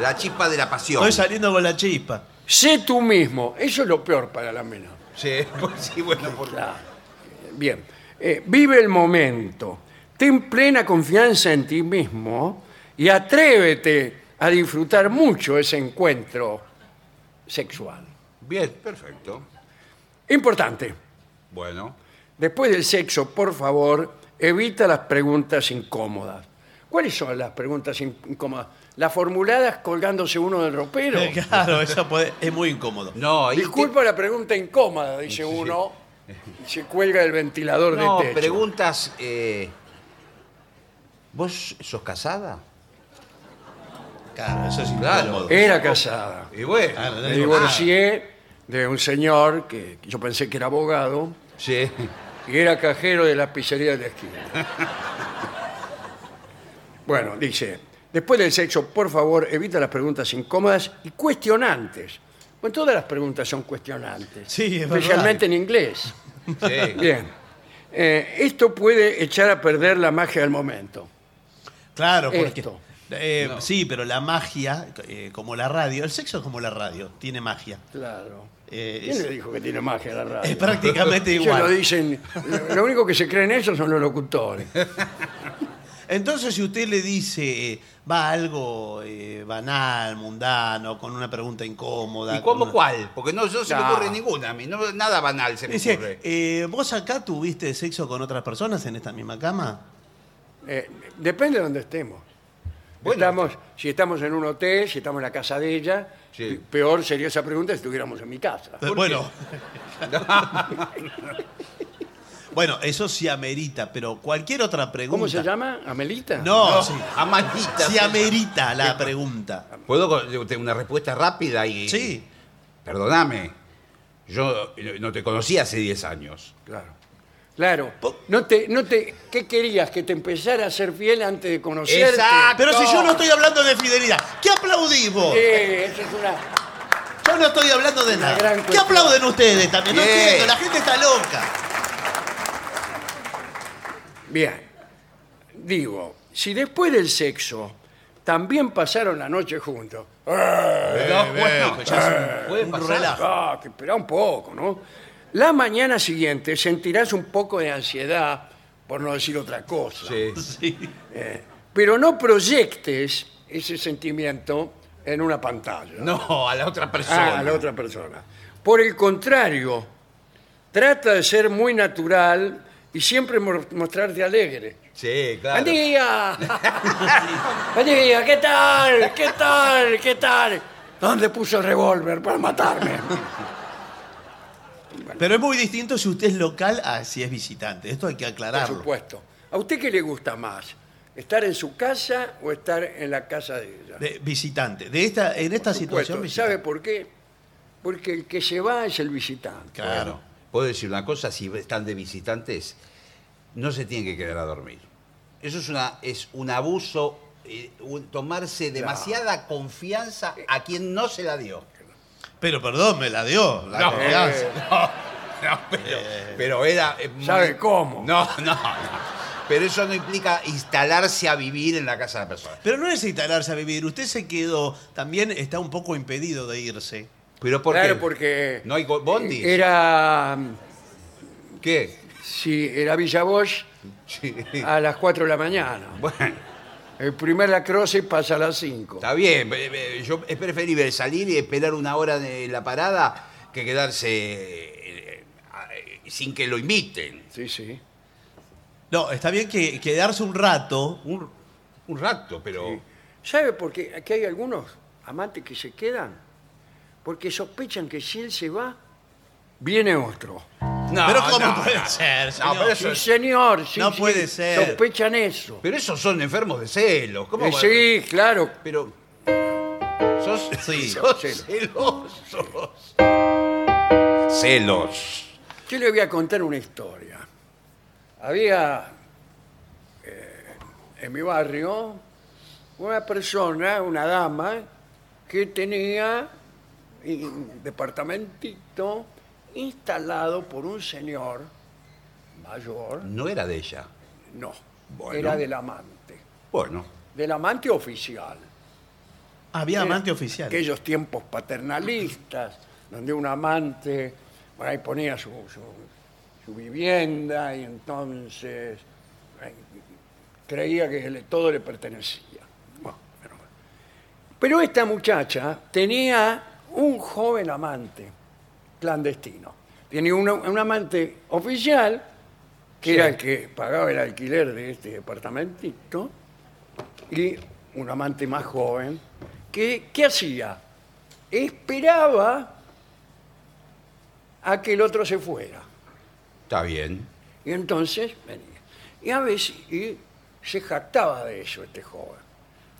[SPEAKER 2] La chispa de la pasión.
[SPEAKER 3] Estoy saliendo con la chispa.
[SPEAKER 1] sé tú mismo. Eso es lo peor para la mina.
[SPEAKER 2] Sí, [LAUGHS] pues sí, bueno, por-
[SPEAKER 1] Claro. Bien. Eh, vive el momento. Ten plena confianza en ti mismo y atrévete a disfrutar mucho ese encuentro sexual.
[SPEAKER 2] Bien, perfecto.
[SPEAKER 1] Importante.
[SPEAKER 2] Bueno.
[SPEAKER 1] Después del sexo, por favor, evita las preguntas incómodas. ¿Cuáles son las preguntas in- incómodas? Las formuladas colgándose uno del
[SPEAKER 2] [LAUGHS]
[SPEAKER 1] ropero.
[SPEAKER 3] Eh, [LAUGHS] Claro, eso puede- es muy incómodo.
[SPEAKER 2] No, ahí te-
[SPEAKER 1] Disculpa la pregunta incómoda, dice uno, y se cuelga el ventilador
[SPEAKER 2] No,
[SPEAKER 1] de techo.
[SPEAKER 2] preguntas. eh, ¿Vos sos casada?
[SPEAKER 3] Claro, eso es
[SPEAKER 2] Claro.
[SPEAKER 3] incómodo.
[SPEAKER 1] Era casada.
[SPEAKER 2] Y bueno.
[SPEAKER 3] Claro, no
[SPEAKER 1] Me
[SPEAKER 3] digo nada.
[SPEAKER 1] divorcié de un señor que yo pensé que era abogado
[SPEAKER 2] Sí.
[SPEAKER 1] y era cajero de la pizzería de la esquina. Bueno, dice, después del sexo, por favor, evita las preguntas incómodas y cuestionantes. Bueno, todas las preguntas son cuestionantes.
[SPEAKER 3] Sí, es verdad.
[SPEAKER 1] Especialmente en inglés.
[SPEAKER 2] Sí.
[SPEAKER 1] Bien. Eh, esto puede echar a perder la magia del momento.
[SPEAKER 3] Claro, porque
[SPEAKER 1] Esto.
[SPEAKER 3] Eh,
[SPEAKER 4] No.
[SPEAKER 3] Sí, pero la magia, eh, como la radio, el sexo es como la radio, tiene magia.
[SPEAKER 1] Claro.
[SPEAKER 3] Eh,
[SPEAKER 1] ¿Quién
[SPEAKER 3] es-
[SPEAKER 1] le dijo que tiene magia la radio?
[SPEAKER 3] Es
[SPEAKER 1] [LAUGHS]
[SPEAKER 3] prácticamente
[SPEAKER 1] Eso lo
[SPEAKER 3] igual.
[SPEAKER 1] dicen. lo- Lo único que se creen eso son los locutores.
[SPEAKER 3] Entonces, si usted le dice, eh, va algo eh, banal, mundano, con una pregunta incómoda.
[SPEAKER 2] ¿Y cómo
[SPEAKER 3] con una-
[SPEAKER 2] cuál? Porque no, no se me
[SPEAKER 1] No.
[SPEAKER 2] ocurre ninguna a mí. no- nada banal se me
[SPEAKER 3] Dice,
[SPEAKER 2] ocurre.
[SPEAKER 3] eh, ¿vos acá tuviste sexo con otras personas en esta misma cama?
[SPEAKER 1] Eh, depende de donde estemos.
[SPEAKER 2] Bueno.
[SPEAKER 1] Estamos, si estamos en un hotel, si estamos en la casa de ella,
[SPEAKER 2] Sí.
[SPEAKER 1] peor sería esa pregunta si estuviéramos en mi casa.
[SPEAKER 3] Eh,
[SPEAKER 2] [LAUGHS]
[SPEAKER 3] Bueno. [LAUGHS] bueno, eso sí amerita, pero cualquier otra pregunta.
[SPEAKER 1] ¿Cómo se llama? ¿Amelita?
[SPEAKER 3] No, sí.
[SPEAKER 2] Amanita.
[SPEAKER 3] Sí amerita la pregunta.
[SPEAKER 2] ¿Puedo con- tengo una respuesta rápida y.
[SPEAKER 3] Sí.
[SPEAKER 2] Perdóname. Yo no te conocí hace 10 años.
[SPEAKER 1] Claro. Claro.
[SPEAKER 3] Po-
[SPEAKER 1] No te, no te, ¿Qué querías? ¿Que te empezara a ser fiel antes de conocerte?
[SPEAKER 2] Exacto.
[SPEAKER 3] Pero si yo no estoy hablando de fidelidad, ¿qué aplaudís vos?
[SPEAKER 1] Eh, esa es una...
[SPEAKER 3] Yo no estoy hablando de
[SPEAKER 1] Una
[SPEAKER 3] nada.
[SPEAKER 1] gran
[SPEAKER 3] ¿Qué
[SPEAKER 1] cuestión.
[SPEAKER 3] aplauden ustedes también? No
[SPEAKER 2] Bien.
[SPEAKER 3] entiendo, la gente está loca.
[SPEAKER 1] Bien. Digo, si después del sexo también pasaron la noche juntos. Eh,
[SPEAKER 2] No, bueno,
[SPEAKER 3] pues ya es un-
[SPEAKER 2] puede
[SPEAKER 3] un
[SPEAKER 2] pasar.
[SPEAKER 3] relajo.
[SPEAKER 1] Ah, que espera un poco, ¿no? La mañana siguiente sentirás un poco de ansiedad, por no decir otra cosa.
[SPEAKER 2] Sí.
[SPEAKER 3] Sí.
[SPEAKER 1] Pero no proyectes ese sentimiento en una pantalla.
[SPEAKER 2] No, a la otra persona.
[SPEAKER 1] Ah, a la otra persona. Por el contrario, trata de ser muy natural y siempre mo- mostrarte alegre.
[SPEAKER 2] Sí, claro.
[SPEAKER 1] ¡Buen día! [LAUGHS] ¡Buen día! ¿Qué tal? ¿Qué tal? ¿Qué tal? ¿Dónde puso el revólver para matarme?
[SPEAKER 3] Pero es muy distinto si usted es local a si es visitante. Esto hay que
[SPEAKER 1] Por
[SPEAKER 3] aclararlo.
[SPEAKER 1] supuesto. ¿A usted qué le gusta más? ¿Estar en su casa o estar en la casa de ella?
[SPEAKER 3] De- visitante. De esta, en esta
[SPEAKER 1] Supuesto.
[SPEAKER 3] situación,
[SPEAKER 1] ¿Sabe
[SPEAKER 3] visitante.
[SPEAKER 1] por qué? Porque el que se va es el visitante.
[SPEAKER 3] Claro.
[SPEAKER 2] Bueno, puedo decir una cosa, si están de visitantes, no se tienen que quedar a dormir. Eso es, una, es un abuso, eh, un- tomarse demasiada confianza a quien no se la dio.
[SPEAKER 3] Pero perdón, me la dio. La
[SPEAKER 2] No,
[SPEAKER 3] confianza.
[SPEAKER 1] Eh,
[SPEAKER 2] No, pero, pero era... eh, muy-
[SPEAKER 1] ¿Sabe cómo?
[SPEAKER 2] No, no, no. Pero eso no implica instalarse a vivir en la casa de la persona.
[SPEAKER 3] Pero no es instalarse a vivir. Usted se quedó, también está un poco impedido de irse.
[SPEAKER 2] Pero ¿por
[SPEAKER 1] claro,
[SPEAKER 2] qué?
[SPEAKER 1] porque
[SPEAKER 2] No hay go- bondis.
[SPEAKER 1] era,
[SPEAKER 2] ¿Qué? [LAUGHS]
[SPEAKER 1] sí, era Villa Bosch
[SPEAKER 2] Sí.
[SPEAKER 1] a las 4 de la mañana.
[SPEAKER 2] Bueno,
[SPEAKER 1] El primer lacrosse pasa a las 5.
[SPEAKER 2] está bien. eh, eh, Yo es preferible salir y esperar una hora de la parada que quedarse eh, eh, sin que lo inviten.
[SPEAKER 1] Sí, sí.
[SPEAKER 3] No, está bien que quedarse un rato.
[SPEAKER 2] Un, un rato, pero...
[SPEAKER 1] ¿Sabe por qué? Aquí hay algunos amantes que se quedan porque sospechan que si él se va, viene otro.
[SPEAKER 2] No,
[SPEAKER 3] pero ¿cómo
[SPEAKER 2] no,
[SPEAKER 3] puede
[SPEAKER 2] no.
[SPEAKER 3] ser,
[SPEAKER 2] No,
[SPEAKER 3] señor?
[SPEAKER 2] pero eso
[SPEAKER 1] Sí,
[SPEAKER 2] es-
[SPEAKER 1] señor. sí,
[SPEAKER 3] No
[SPEAKER 1] sí,
[SPEAKER 3] puede ser.
[SPEAKER 1] Sospechan eso.
[SPEAKER 2] Pero esos son enfermos de celos. ¿Cómo
[SPEAKER 1] Eh,
[SPEAKER 2] va-
[SPEAKER 1] sí, claro.
[SPEAKER 2] Pero. Sos, [LAUGHS]
[SPEAKER 3] Sí.
[SPEAKER 2] sos
[SPEAKER 1] Celos.
[SPEAKER 2] celosos. Celos.
[SPEAKER 1] Yo le voy a contar una historia. Había eh, en mi barrio una persona, una dama, que tenía un departamentito instalado por un señor mayor.
[SPEAKER 2] No era de ella.
[SPEAKER 1] No,
[SPEAKER 2] Bueno.
[SPEAKER 1] era del amante.
[SPEAKER 2] Bueno.
[SPEAKER 1] Del amante oficial. Eh,
[SPEAKER 3] Había amante oficial.
[SPEAKER 1] Aquellos tiempos paternalistas, donde un amante por ahí ponía su, su- su vivienda y entonces eh, creía que le- todo le pertenecía. Bueno, pero- pero esta muchacha tenía un joven amante clandestino. Tenía una- un amante oficial, que era el que pagaba el alquiler de este departamentito, y un amante más joven, que ¿qué hacía? Esperaba a que el otro se fuera.
[SPEAKER 2] Está bien.
[SPEAKER 1] Y entonces venía. Y a veces y se jactaba de eso este joven.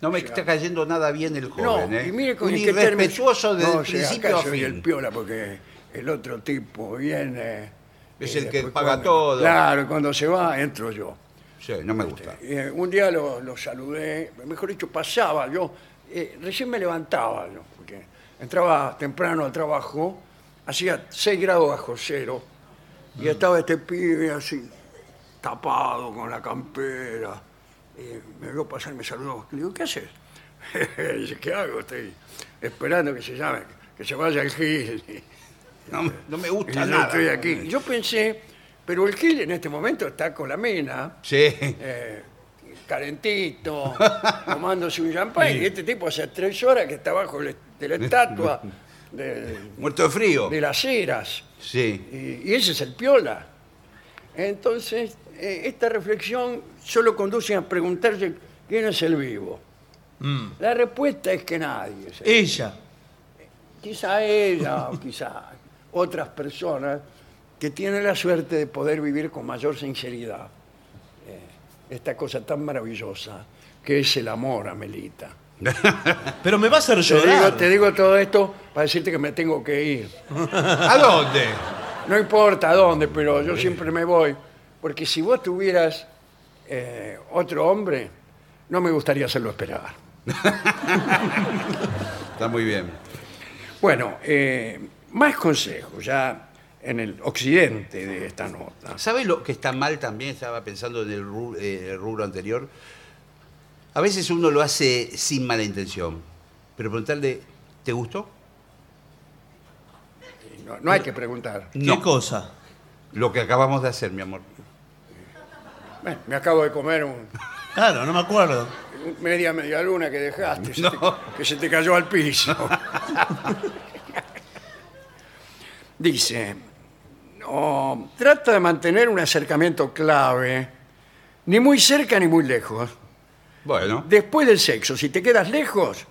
[SPEAKER 2] No me está cayendo nada bien el joven, ¿eh?
[SPEAKER 1] y mire con
[SPEAKER 2] Un
[SPEAKER 1] en qué términos-
[SPEAKER 2] irrespetuoso desde
[SPEAKER 1] No,
[SPEAKER 2] el
[SPEAKER 1] o sea,
[SPEAKER 2] principio
[SPEAKER 1] acá
[SPEAKER 2] a
[SPEAKER 1] soy el
[SPEAKER 2] fin.
[SPEAKER 1] piola porque el otro tipo viene.
[SPEAKER 2] Es
[SPEAKER 1] y
[SPEAKER 2] el que
[SPEAKER 1] después
[SPEAKER 2] paga
[SPEAKER 1] cuando-
[SPEAKER 2] todo.
[SPEAKER 1] Claro, cuando se va, entro yo.
[SPEAKER 2] Sí, no me gusta.
[SPEAKER 1] Eh, un día lo, lo saludé, mejor dicho, pasaba yo, eh, recién me levantaba yo, porque entraba temprano al trabajo, hacía 6 grados bajo cero, y estaba este pibe así, tapado con la campera, eh, me vio pasar, me saludó. Le digo, ¿qué haces? [LAUGHS] Dice, ¿qué hago? Estoy esperando que se llame, que se vaya el Gil.
[SPEAKER 2] No, me- no me gusta
[SPEAKER 1] Y yo
[SPEAKER 2] nada.
[SPEAKER 1] estoy aquí. Y Yo pensé, pero el Gil en este momento está con la mina,
[SPEAKER 2] Sí.
[SPEAKER 1] eh, calentito, tomándose un champán, y este tipo hace tres horas que está bajo la- de la estatua de,
[SPEAKER 2] Muerto de frío.
[SPEAKER 1] de las eras. [LAUGHS]
[SPEAKER 2] Sí.
[SPEAKER 1] Y, y ese es el piola. Entonces, eh, esta reflexión solo conduce a preguntarse quién es el vivo. La respuesta es que nadie. es el vivo.
[SPEAKER 3] Mm. Ella.
[SPEAKER 1] Quizá ella o quizá otras personas que tienen la suerte de poder vivir con mayor sinceridad eh, esta cosa tan maravillosa que es el amor, Amelita.
[SPEAKER 3] Pero me va a hacer
[SPEAKER 1] Te digo,
[SPEAKER 3] llorar.
[SPEAKER 1] te digo todo esto para decirte que me tengo que ir.
[SPEAKER 2] ¿A dónde?
[SPEAKER 1] No importa a dónde, pero yo siempre me voy. Porque si vos tuvieras eh, otro hombre, no me gustaría hacerlo esperar.
[SPEAKER 2] Está muy bien.
[SPEAKER 1] Bueno, eh, más consejos ya en el occidente de esta nota.
[SPEAKER 2] ¿Sabes lo que está mal también? Estaba pensando en el ru- eh, el rubro anterior. A veces uno lo hace sin mala intención, pero preguntarle, ¿te gustó?
[SPEAKER 1] No, no hay que preguntar.
[SPEAKER 3] ¿Qué
[SPEAKER 2] No.
[SPEAKER 3] cosa?
[SPEAKER 2] Lo que acabamos de hacer, mi amor.
[SPEAKER 1] Bueno, me acabo de comer un,
[SPEAKER 3] Claro, no me acuerdo.
[SPEAKER 1] un media media luna que dejaste, se
[SPEAKER 2] No.
[SPEAKER 1] te- que se te cayó al piso. Dice, no, trata de mantener un acercamiento clave, ni muy cerca ni muy lejos.
[SPEAKER 2] Bueno.
[SPEAKER 1] Después del sexo, si te quedas lejos,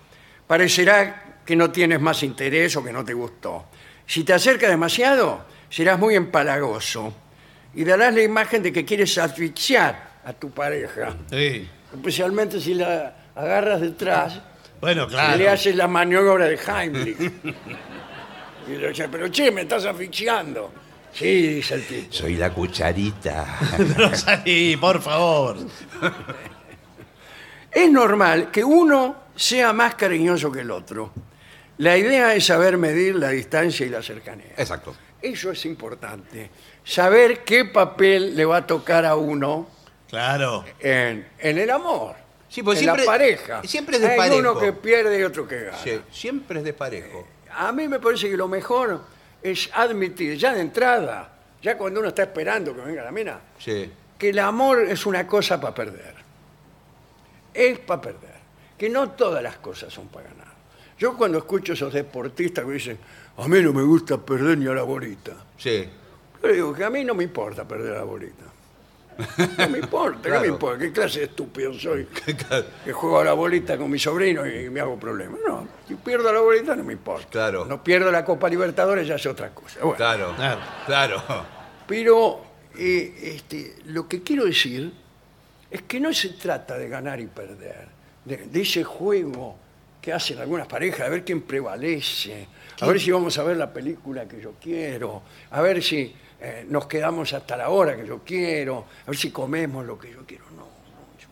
[SPEAKER 1] parecerá que no tienes más interés o que no te gustó. Si te acercas demasiado, serás muy empalagoso y darás la imagen de que quieres asfixiar a tu pareja,
[SPEAKER 3] Sí.
[SPEAKER 1] especialmente si la agarras detrás
[SPEAKER 3] Bueno,
[SPEAKER 1] y le
[SPEAKER 3] claro.
[SPEAKER 1] haces la maniobra de Heimlich. y le dice, pero che, me estás asfixiando. Sí, dice el tipo.
[SPEAKER 2] Soy la cucharita.
[SPEAKER 3] [LAUGHS] Pero salí, por favor.
[SPEAKER 1] Es normal que uno sea más cariñoso que el otro. La idea es saber medir la distancia y la cercanía.
[SPEAKER 2] [LAUGHS] Exacto.
[SPEAKER 1] Eso es importante. Saber qué papel le va a tocar a uno
[SPEAKER 3] Claro.
[SPEAKER 1] en, en el amor.
[SPEAKER 2] Sí, porque
[SPEAKER 1] en
[SPEAKER 2] siempre-
[SPEAKER 1] la pareja.
[SPEAKER 2] siempre es
[SPEAKER 1] Hay
[SPEAKER 2] desparejo.
[SPEAKER 1] uno que pierde y otro que gana.
[SPEAKER 2] Sí, siempre es desparejo.
[SPEAKER 1] A mí me parece que lo mejor es admitir, ya de entrada, ya cuando uno está esperando que venga la mina,
[SPEAKER 2] Sí.
[SPEAKER 1] que el amor es una cosa para perder. Es para perder. Que no todas las cosas son para ganar. Yo cuando escucho esos deportistas que dicen, a mí no me gusta perder ni a la bolita.
[SPEAKER 2] Sí. [LAUGHS]
[SPEAKER 1] Yo le digo que a mí no me importa perder la bolita. No me importa, ¿qué
[SPEAKER 2] [LAUGHS] Claro.
[SPEAKER 1] me importa? ¿Qué clase de estúpido soy? Que juego a la bolita con mi sobrino y me hago problemas. No, si pierdo la bolita no me importa.
[SPEAKER 2] Claro.
[SPEAKER 1] No pierdo la Copa Libertadores, ya es otra cosa. Bueno,
[SPEAKER 2] Claro.
[SPEAKER 3] Claro.
[SPEAKER 2] Claro.
[SPEAKER 1] pero eh, este, lo que quiero decir es que no se trata de ganar y perder, de, de ese juego que hacen algunas parejas, a ver quién prevalece, a ver si vamos a ver la película que yo quiero, a ver si eh, nos quedamos hasta la hora que yo quiero, a ver si comemos lo que yo quiero. No, no, yo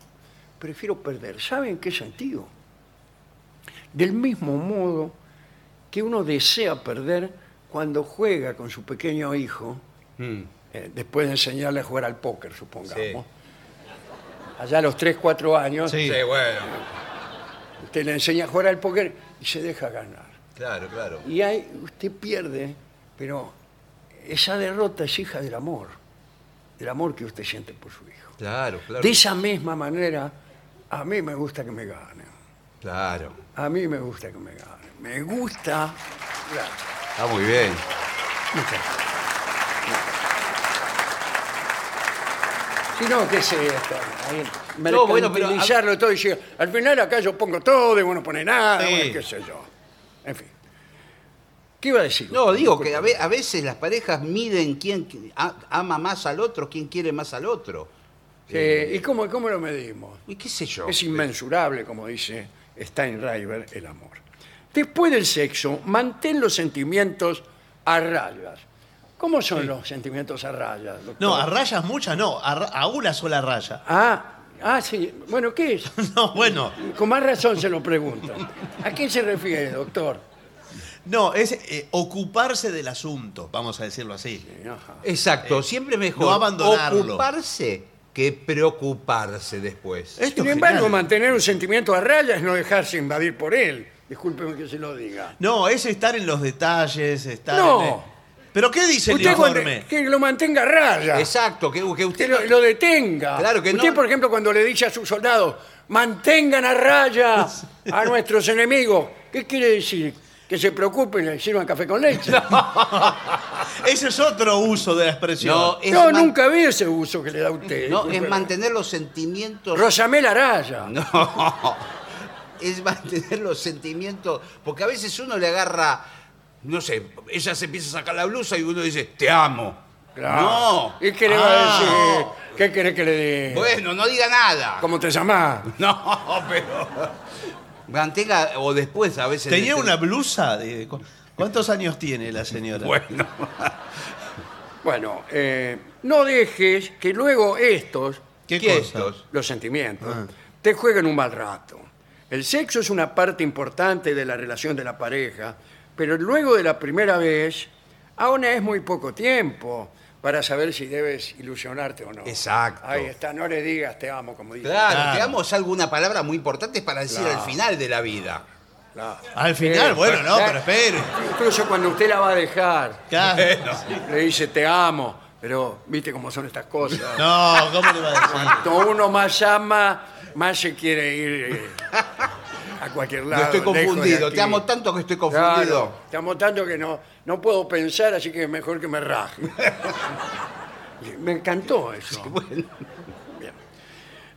[SPEAKER 1] prefiero perder. ¿Sabe en qué sentido? Del mismo modo que uno desea perder cuando juega con su pequeño hijo,
[SPEAKER 2] Mm.
[SPEAKER 1] eh, después de enseñarle a jugar al póker, supongamos. Allá a los 3, 4 años,
[SPEAKER 3] Sí.
[SPEAKER 2] Sí, bueno.
[SPEAKER 1] usted le enseña a jugar al póker y se deja ganar.
[SPEAKER 2] Claro, claro.
[SPEAKER 1] Y ahí usted pierde, pero esa derrota es hija del amor, del amor que usted siente por su hijo.
[SPEAKER 2] Claro, claro.
[SPEAKER 1] De esa misma manera, a mí me gusta que me ganen.
[SPEAKER 2] Claro.
[SPEAKER 1] A mí me gusta que me ganen. Me gusta. Gracias.
[SPEAKER 2] Está muy bien.
[SPEAKER 1] Muchas gracias. Si no, qué sé esto. ahí
[SPEAKER 2] No, bueno, pero-
[SPEAKER 1] mercantilizarlo todo y decir, al final acá yo pongo todo y uno pone nada,
[SPEAKER 3] Sí.
[SPEAKER 1] bueno, qué sé yo. En fin. ¿Qué iba a decir?
[SPEAKER 2] No, digo que a, ve- a veces las parejas miden quién qui- a- ama más al otro, quién quiere más al otro.
[SPEAKER 1] Eh, ¿Y cómo, cómo lo medimos?
[SPEAKER 2] Y qué sé yo.
[SPEAKER 1] Es inmensurable, como dice Steinreiber, el amor. Después del sexo, mantén los sentimientos a rayas. ¿Cómo son los sentimientos a rayas? doctor?
[SPEAKER 3] No, a rayas muchas no, a, ra- a una sola raya. [LAUGHS]
[SPEAKER 1] Ah, ah, sí. Bueno, ¿qué es?
[SPEAKER 3] No, bueno,
[SPEAKER 1] Con más razón se lo pregunto. ¿A quién se refiere, doctor?
[SPEAKER 3] no, es eh, ocuparse del asunto, vamos a decirlo así.
[SPEAKER 1] Ajá. Eh,
[SPEAKER 2] Exacto, siempre mejor
[SPEAKER 3] no abandonarlo.
[SPEAKER 2] ocuparse que preocuparse después.
[SPEAKER 3] Esto
[SPEAKER 1] Sin
[SPEAKER 3] es
[SPEAKER 1] embargo,
[SPEAKER 3] genial.
[SPEAKER 1] mantener un sentimiento a raya es no dejarse invadir por él. Discúlpeme que se lo diga.
[SPEAKER 3] No, es estar en los detalles, estar
[SPEAKER 1] No.
[SPEAKER 3] en el- ¿Pero qué dice el
[SPEAKER 1] cuando-
[SPEAKER 3] informe?
[SPEAKER 1] que lo mantenga a raya.
[SPEAKER 2] Exacto, que, que
[SPEAKER 1] Que
[SPEAKER 2] usted
[SPEAKER 1] lo, lo detenga.
[SPEAKER 2] Claro que no.
[SPEAKER 1] Usted, por ejemplo, cuando le dice a sus soldados, mantengan a
[SPEAKER 2] [LAUGHS]
[SPEAKER 1] raya a nuestros enemigos, ¿qué quiere decir? Que se preocupen y le sirvan café con
[SPEAKER 2] [LAUGHS]
[SPEAKER 1] leche.
[SPEAKER 3] Ese es otro uso de la expresión.
[SPEAKER 2] No, es
[SPEAKER 1] Yo
[SPEAKER 2] man-
[SPEAKER 1] nunca vi ese uso que le da usted.
[SPEAKER 2] No, es
[SPEAKER 1] Disculpe.
[SPEAKER 2] mantener los sentimientos.
[SPEAKER 1] Rosamel Araya.
[SPEAKER 2] [LAUGHS] No. Es mantener los sentimientos. Porque a veces uno le agarra. No sé, ella se empieza a sacar la blusa y uno dice, te amo.
[SPEAKER 1] Claro.
[SPEAKER 2] No.
[SPEAKER 1] ¿Y qué le va
[SPEAKER 2] Ah,
[SPEAKER 1] a decir?
[SPEAKER 2] no.
[SPEAKER 1] ¿Qué querés que le diga?
[SPEAKER 2] Bueno, no diga nada.
[SPEAKER 1] ¿Cómo te llamás?
[SPEAKER 2] No, pero. Mantenga, o después a veces.
[SPEAKER 3] Tenía
[SPEAKER 2] le-
[SPEAKER 3] una blusa de... cu- ¿Cuántos años tiene la [LAUGHS] señora?
[SPEAKER 2] Bueno.
[SPEAKER 1] Bueno, eh, no dejes que luego estos,
[SPEAKER 3] ¿Qué
[SPEAKER 2] Quietos.
[SPEAKER 1] los sentimientos,
[SPEAKER 3] Ah.
[SPEAKER 1] te jueguen un mal rato. El sexo es una parte importante de la relación de la pareja, pero luego de la primera vez, aún es muy poco tiempo para saber si debes ilusionarte o no.
[SPEAKER 2] Exacto.
[SPEAKER 1] Ahí está, no le digas te amo, como dice.
[SPEAKER 2] Claro,
[SPEAKER 3] Claro.
[SPEAKER 2] te amo es alguna palabra muy importante para decir
[SPEAKER 1] Claro.
[SPEAKER 2] al final de la vida.
[SPEAKER 1] Claro.
[SPEAKER 3] Al final,
[SPEAKER 1] Eh,
[SPEAKER 3] bueno, no,
[SPEAKER 1] ya-
[SPEAKER 3] pero espere.
[SPEAKER 1] Incluso cuando usted la va a dejar,
[SPEAKER 3] Claro.
[SPEAKER 1] le dice te amo, pero viste cómo son estas cosas.
[SPEAKER 3] No, ¿cómo le va a decir?
[SPEAKER 1] Cuanto uno más ama, más se quiere ir eh, a cualquier
[SPEAKER 2] No
[SPEAKER 1] lado.
[SPEAKER 2] estoy
[SPEAKER 1] lejos de
[SPEAKER 2] confundido.
[SPEAKER 1] aquí.
[SPEAKER 2] Te amo tanto que estoy
[SPEAKER 1] Claro,
[SPEAKER 2] confundido.
[SPEAKER 1] te amo tanto que no, no puedo pensar, así que es mejor que me
[SPEAKER 2] [LAUGHS]
[SPEAKER 1] raje. me encantó eso. Bien.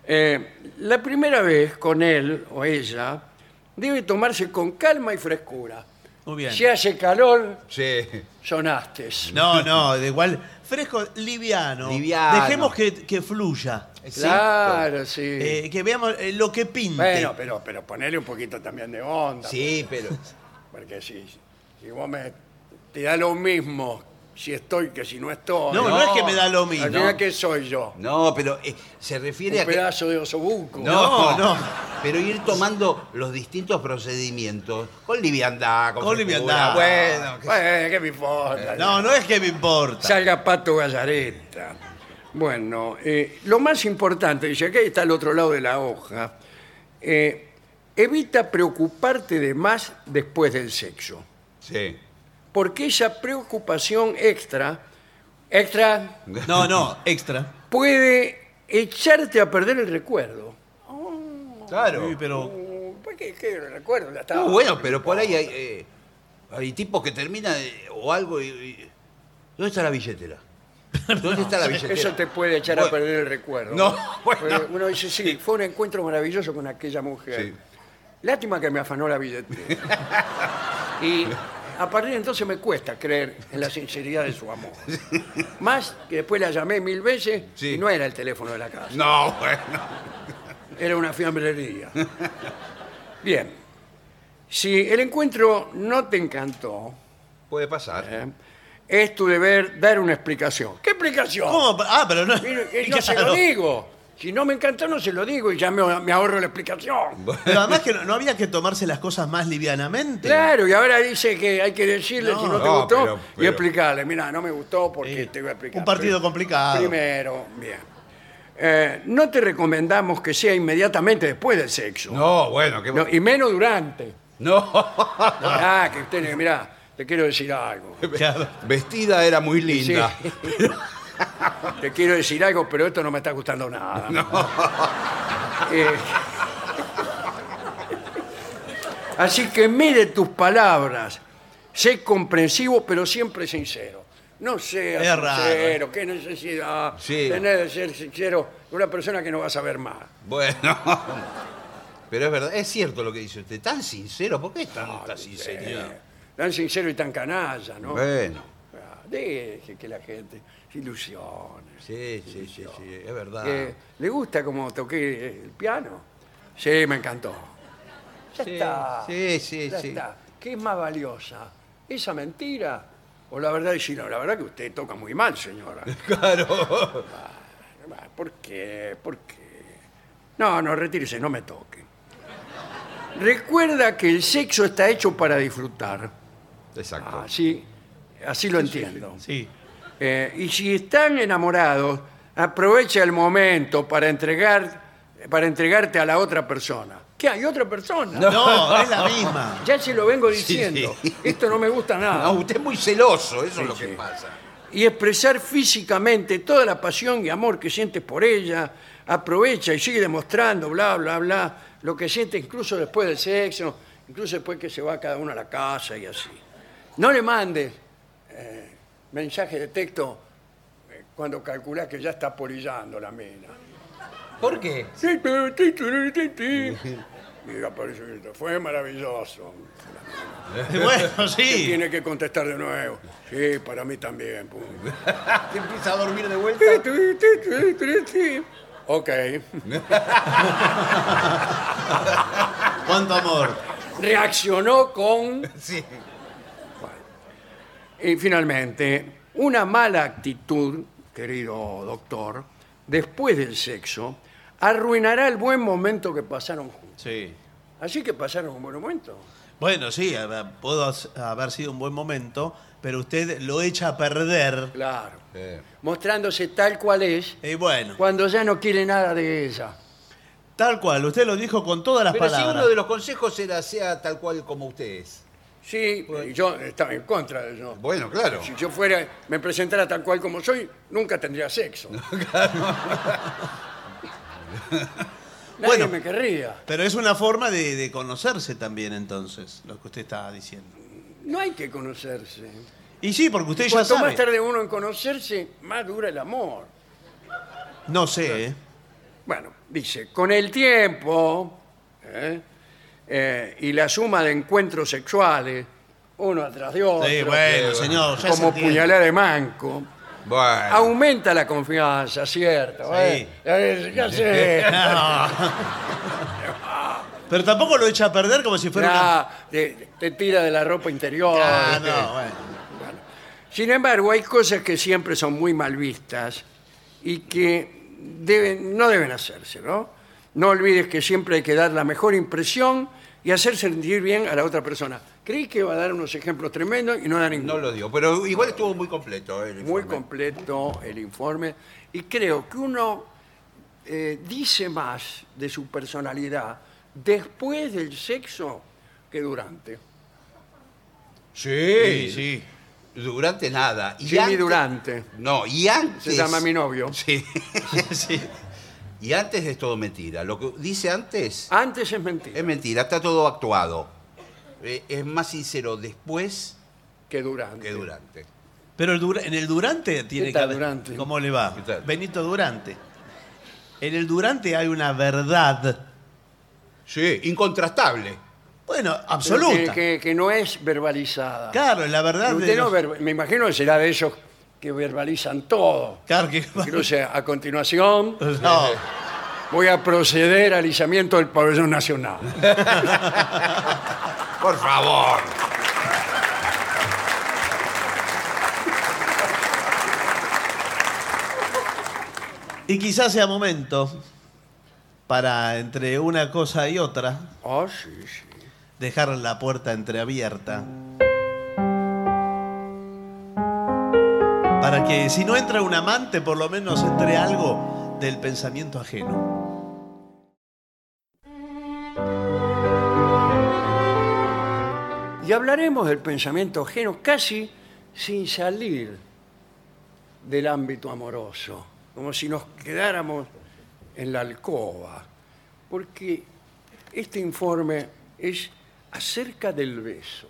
[SPEAKER 1] Eh, la primera vez con él o ella debe tomarse con calma y frescura.
[SPEAKER 3] Muy bien.
[SPEAKER 1] Si hace calor,
[SPEAKER 2] Sí.
[SPEAKER 1] sonaste.
[SPEAKER 3] No, no, de igual. Fresco, liviano.
[SPEAKER 2] Liviano.
[SPEAKER 3] Dejemos que, que fluya.
[SPEAKER 1] Claro, sí.
[SPEAKER 3] Eh, que veamos eh, lo que pinte.
[SPEAKER 1] bueno, pero, pero ponerle un poquito también de onda.
[SPEAKER 2] Sí, pero.
[SPEAKER 1] Porque si, si vos me. Te da lo mismo si estoy que si no estoy.
[SPEAKER 3] no, no,
[SPEAKER 2] no.
[SPEAKER 3] es que me da lo
[SPEAKER 1] Al
[SPEAKER 3] mismo.
[SPEAKER 1] final, ¿qué soy yo?
[SPEAKER 2] No, pero eh, se refiere
[SPEAKER 1] Un
[SPEAKER 2] a que.
[SPEAKER 1] pedazo de osobuco.
[SPEAKER 2] No,
[SPEAKER 3] No,
[SPEAKER 2] no,
[SPEAKER 3] no.
[SPEAKER 2] Pero ir tomando los distintos procedimientos con liviandad, con,
[SPEAKER 3] Con
[SPEAKER 2] frescura.
[SPEAKER 3] liviandad.
[SPEAKER 2] Bueno, que-
[SPEAKER 1] Ah. Bueno, ¿qué me importa?
[SPEAKER 3] Eh, No, no es que me importa.
[SPEAKER 1] Salga Pato Gallareta. Bueno, eh, lo más importante, dice, aquí está al otro lado de la hoja, eh, evita preocuparte de más después del sexo.
[SPEAKER 2] sí.
[SPEAKER 1] Porque esa preocupación extra, extra,
[SPEAKER 3] No, no, extra.
[SPEAKER 1] puede echarte a perder el recuerdo.
[SPEAKER 2] Claro.
[SPEAKER 3] Uy, pero.
[SPEAKER 1] Mm, ¿Por qué, qué recuerdo? Ya estaba.
[SPEAKER 2] No, bueno, pero por ahí hay, eh, hay tipos que terminan eh, o algo y, y- ¿Dónde está
[SPEAKER 1] [LAUGHS]
[SPEAKER 2] la billetera? ¿Dónde está la billetera?
[SPEAKER 1] Eso te puede echar a
[SPEAKER 2] Bueno,
[SPEAKER 1] perder el recuerdo.
[SPEAKER 2] No, bueno.
[SPEAKER 1] Porque Uno dice, sí, fue un encuentro maravilloso con aquella mujer.
[SPEAKER 2] Sí.
[SPEAKER 1] Lástima que me afanó la billetera. y a partir de entonces me cuesta creer en la sinceridad de su amor. Más que después la llamé mil veces
[SPEAKER 2] Sí.
[SPEAKER 1] y no era el teléfono de la casa.
[SPEAKER 2] No, bueno.
[SPEAKER 1] Era una fiambrería. Bien. Si el encuentro no te encantó,
[SPEAKER 2] Puede pasar.
[SPEAKER 1] ¿eh? es tu deber dar una explicación. ¿Qué explicación?
[SPEAKER 3] ¿Cómo? Ah, pero no. [LAUGHS]
[SPEAKER 1] Mire, eh, no se
[SPEAKER 3] Claro.
[SPEAKER 1] lo digo. Si no me encantó, no se lo digo y ya me, me ahorro la explicación.
[SPEAKER 3] Pero además que no, no había que tomarse las cosas más livianamente.
[SPEAKER 1] Claro, y ahora dice que hay que decirle
[SPEAKER 3] No.
[SPEAKER 1] si no te
[SPEAKER 2] No,
[SPEAKER 1] gustó
[SPEAKER 2] pero-
[SPEAKER 1] y
[SPEAKER 2] pero-
[SPEAKER 1] explicarle. Mira, no me gustó porque
[SPEAKER 3] Eh,
[SPEAKER 1] te voy a explicar.
[SPEAKER 3] un partido
[SPEAKER 1] Pero-
[SPEAKER 3] complicado.
[SPEAKER 1] Primero, bien. Eh, no te recomendamos que sea inmediatamente después del sexo.
[SPEAKER 2] No, bueno, qué
[SPEAKER 1] No, y menos durante.
[SPEAKER 2] No. [LAUGHS]
[SPEAKER 1] Ah, que usted le mira, te quiero decir algo.
[SPEAKER 3] Claro.
[SPEAKER 2] Vestida era muy linda.
[SPEAKER 1] Sí. [LAUGHS] Te quiero decir algo, pero esto no me está gustando nada. Eh, así que mide tus palabras. Sé comprensivo, pero siempre sincero. No seas
[SPEAKER 3] Es raro.
[SPEAKER 1] sincero, qué necesidad.
[SPEAKER 2] Sí.
[SPEAKER 1] Tener de ser sincero con una persona que no va a saber más.
[SPEAKER 2] Bueno. [LAUGHS] Pero es verdad, es cierto lo que dice usted. Tan sincero, ¿por qué es tan, tan sinceridad?
[SPEAKER 1] Eh, tan sincero y tan canalla, ¿no?
[SPEAKER 2] Bueno.
[SPEAKER 1] Ah, Deje que la gente se ilusione.
[SPEAKER 2] Sí, sí, sí, sí, es verdad.
[SPEAKER 1] Eh, ¿Le gusta como toqué el piano? Sí, me encantó. Ya
[SPEAKER 2] Sí,
[SPEAKER 1] está.
[SPEAKER 2] sí, sí,
[SPEAKER 1] ya
[SPEAKER 2] sí.
[SPEAKER 1] está. ¿Qué es más valiosa? ¿Esa mentira? O la verdad decir, no, la verdad que usted toca muy mal, señora.
[SPEAKER 2] [LAUGHS] Claro.
[SPEAKER 1] Ah, ¿Por qué? ¿Por qué? No, no, retírese, no me toque. Recuerda que el sexo está hecho para disfrutar.
[SPEAKER 2] Exacto.
[SPEAKER 1] Ah. Así, así lo entiendo.
[SPEAKER 3] Sí.
[SPEAKER 1] Eh, y si están enamorados, aprovecha el momento para, entregar, para entregarte a la otra persona. ¿Qué hay otra persona?
[SPEAKER 3] No, es la
[SPEAKER 1] [LAUGHS]
[SPEAKER 3] misma.
[SPEAKER 1] Ya se lo vengo diciendo.
[SPEAKER 2] [LAUGHS] sí.
[SPEAKER 1] Esto no me gusta nada.
[SPEAKER 2] No, usted es muy celoso, eso es lo
[SPEAKER 1] Sí, sí.
[SPEAKER 2] que pasa.
[SPEAKER 1] y expresar físicamente toda la pasión y amor que sientes por ella. Aprovecha y sigue demostrando, bla, bla, bla, lo que sientes incluso después del sexo, incluso después que se va cada uno a la casa y así. No le mandes eh, mensaje de texto eh, cuando calculas que ya está polillando la mina.
[SPEAKER 2] ¿Por qué?
[SPEAKER 1] [LAUGHS] Y aparece, fue maravilloso.
[SPEAKER 3] Bueno,
[SPEAKER 1] Y
[SPEAKER 3] sí.
[SPEAKER 1] tiene que contestar de nuevo. Sí, para mí también. punto.
[SPEAKER 2] ¿Te empieza a dormir de vuelta?
[SPEAKER 1] Ok.
[SPEAKER 3] Cuánto amor.
[SPEAKER 1] Reaccionó con...
[SPEAKER 2] Sí.
[SPEAKER 1] Y finalmente, una mala actitud, querido doctor, después del sexo, arruinará el buen momento que pasaron juntos.
[SPEAKER 3] Sí.
[SPEAKER 1] Así que pasaron un buen momento.
[SPEAKER 3] Bueno, sí, a ver, pudo has- haber sido un buen momento, pero usted lo echa a perder.
[SPEAKER 1] Claro.
[SPEAKER 2] Eh,
[SPEAKER 1] Mostrándose tal cual es,
[SPEAKER 3] Y bueno,
[SPEAKER 1] cuando ya no quiere nada de ella.
[SPEAKER 3] tal cual, usted lo dijo con todas las
[SPEAKER 2] Pero si
[SPEAKER 3] palabras.
[SPEAKER 2] uno de los consejos era sea tal cual como usted es.
[SPEAKER 1] Sí, yo estaba en contra de eso.
[SPEAKER 2] Bueno, claro.
[SPEAKER 1] Si yo fuera, me presentara tal cual como soy, nunca tendría
[SPEAKER 3] [LAUGHS]
[SPEAKER 1] sexo. [LAUGHS] Nadie
[SPEAKER 3] Bueno.
[SPEAKER 1] me querría.
[SPEAKER 3] Pero es una forma de, de conocerse también, entonces, lo que usted está diciendo.
[SPEAKER 1] No hay que conocerse.
[SPEAKER 3] Y sí, porque usted ya
[SPEAKER 1] Cuanto
[SPEAKER 3] sabe.
[SPEAKER 1] más tarde uno en conocerse, más dura el amor.
[SPEAKER 3] No sé, ¿eh?
[SPEAKER 1] Bueno, dice, con el tiempo ¿eh? Eh, y la suma de encuentros sexuales, uno atrás de otro,
[SPEAKER 3] Sí, bueno, señor, ya se
[SPEAKER 1] Oh, como
[SPEAKER 3] entiende.
[SPEAKER 1] puñalada de manco,
[SPEAKER 2] Bueno.
[SPEAKER 1] aumenta la confianza, ¿cierto?
[SPEAKER 3] Sí.
[SPEAKER 1] Eh, eh, ya
[SPEAKER 3] [LAUGHS]
[SPEAKER 1] sé.
[SPEAKER 3] Pero tampoco lo echa a perder como si fuera una...
[SPEAKER 1] Ya, te, te tira de la ropa interior.
[SPEAKER 3] Ah,
[SPEAKER 1] ¿viste?
[SPEAKER 3] no, bueno.
[SPEAKER 1] Sin embargo, hay cosas que siempre son muy mal vistas y que deben, no deben hacerse, ¿no? No olvides que siempre hay que dar la mejor impresión y hacer sentir bien a la otra persona. Creí que iba a dar unos ejemplos tremendos y no da ninguno.
[SPEAKER 2] No lo digo, pero igual estuvo muy completo. eh, el
[SPEAKER 1] Muy
[SPEAKER 2] informe.
[SPEAKER 1] completo el informe y creo que uno eh, dice más de su personalidad después del sexo que durante.
[SPEAKER 2] Sí,
[SPEAKER 3] Sí, sí.
[SPEAKER 2] Durante nada. Y
[SPEAKER 1] Jimmy
[SPEAKER 2] antes-
[SPEAKER 1] Durante.
[SPEAKER 2] No, y antes.
[SPEAKER 1] Se llama mi novio.
[SPEAKER 2] Sí.
[SPEAKER 3] Sí.
[SPEAKER 2] Y antes es todo mentira. Lo que dice antes
[SPEAKER 1] Antes es mentira
[SPEAKER 2] es mentira, está todo actuado. Eh, es más sincero después
[SPEAKER 1] que durante.
[SPEAKER 2] que durante.
[SPEAKER 3] Pero el dura- en el Durante tiene
[SPEAKER 1] ¿Qué
[SPEAKER 3] que
[SPEAKER 1] tal
[SPEAKER 3] haber-
[SPEAKER 1] Durante?
[SPEAKER 3] ¿Cómo le va?
[SPEAKER 2] ¿Qué tal?
[SPEAKER 3] Benito Durante. En el Durante hay una verdad.
[SPEAKER 2] Sí, incontrastable.
[SPEAKER 3] Bueno,
[SPEAKER 1] Pero que-
[SPEAKER 3] absoluta.
[SPEAKER 1] Que, que no es verbalizada.
[SPEAKER 3] Claro, la verdad
[SPEAKER 1] Usted
[SPEAKER 3] de
[SPEAKER 1] no
[SPEAKER 3] los-
[SPEAKER 1] ver- me imagino que será de esos que verbalizan todo.
[SPEAKER 3] Claro que- [LAUGHS]
[SPEAKER 1] Incluso a continuación
[SPEAKER 3] No.
[SPEAKER 1] voy a proceder al izamiento del pabellón nacional.
[SPEAKER 2] Por favor.
[SPEAKER 3] Y quizás sea momento para entre una cosa y otra
[SPEAKER 1] Ah, sí, sí.
[SPEAKER 3] dejar la puerta entreabierta. Para que si no entra un amante, por lo menos entre algo del pensamiento ajeno.
[SPEAKER 1] Y hablaremos del pensamiento ajeno casi sin salir del ámbito amoroso, como si nos quedáramos en la alcoba, porque este informe es acerca del beso.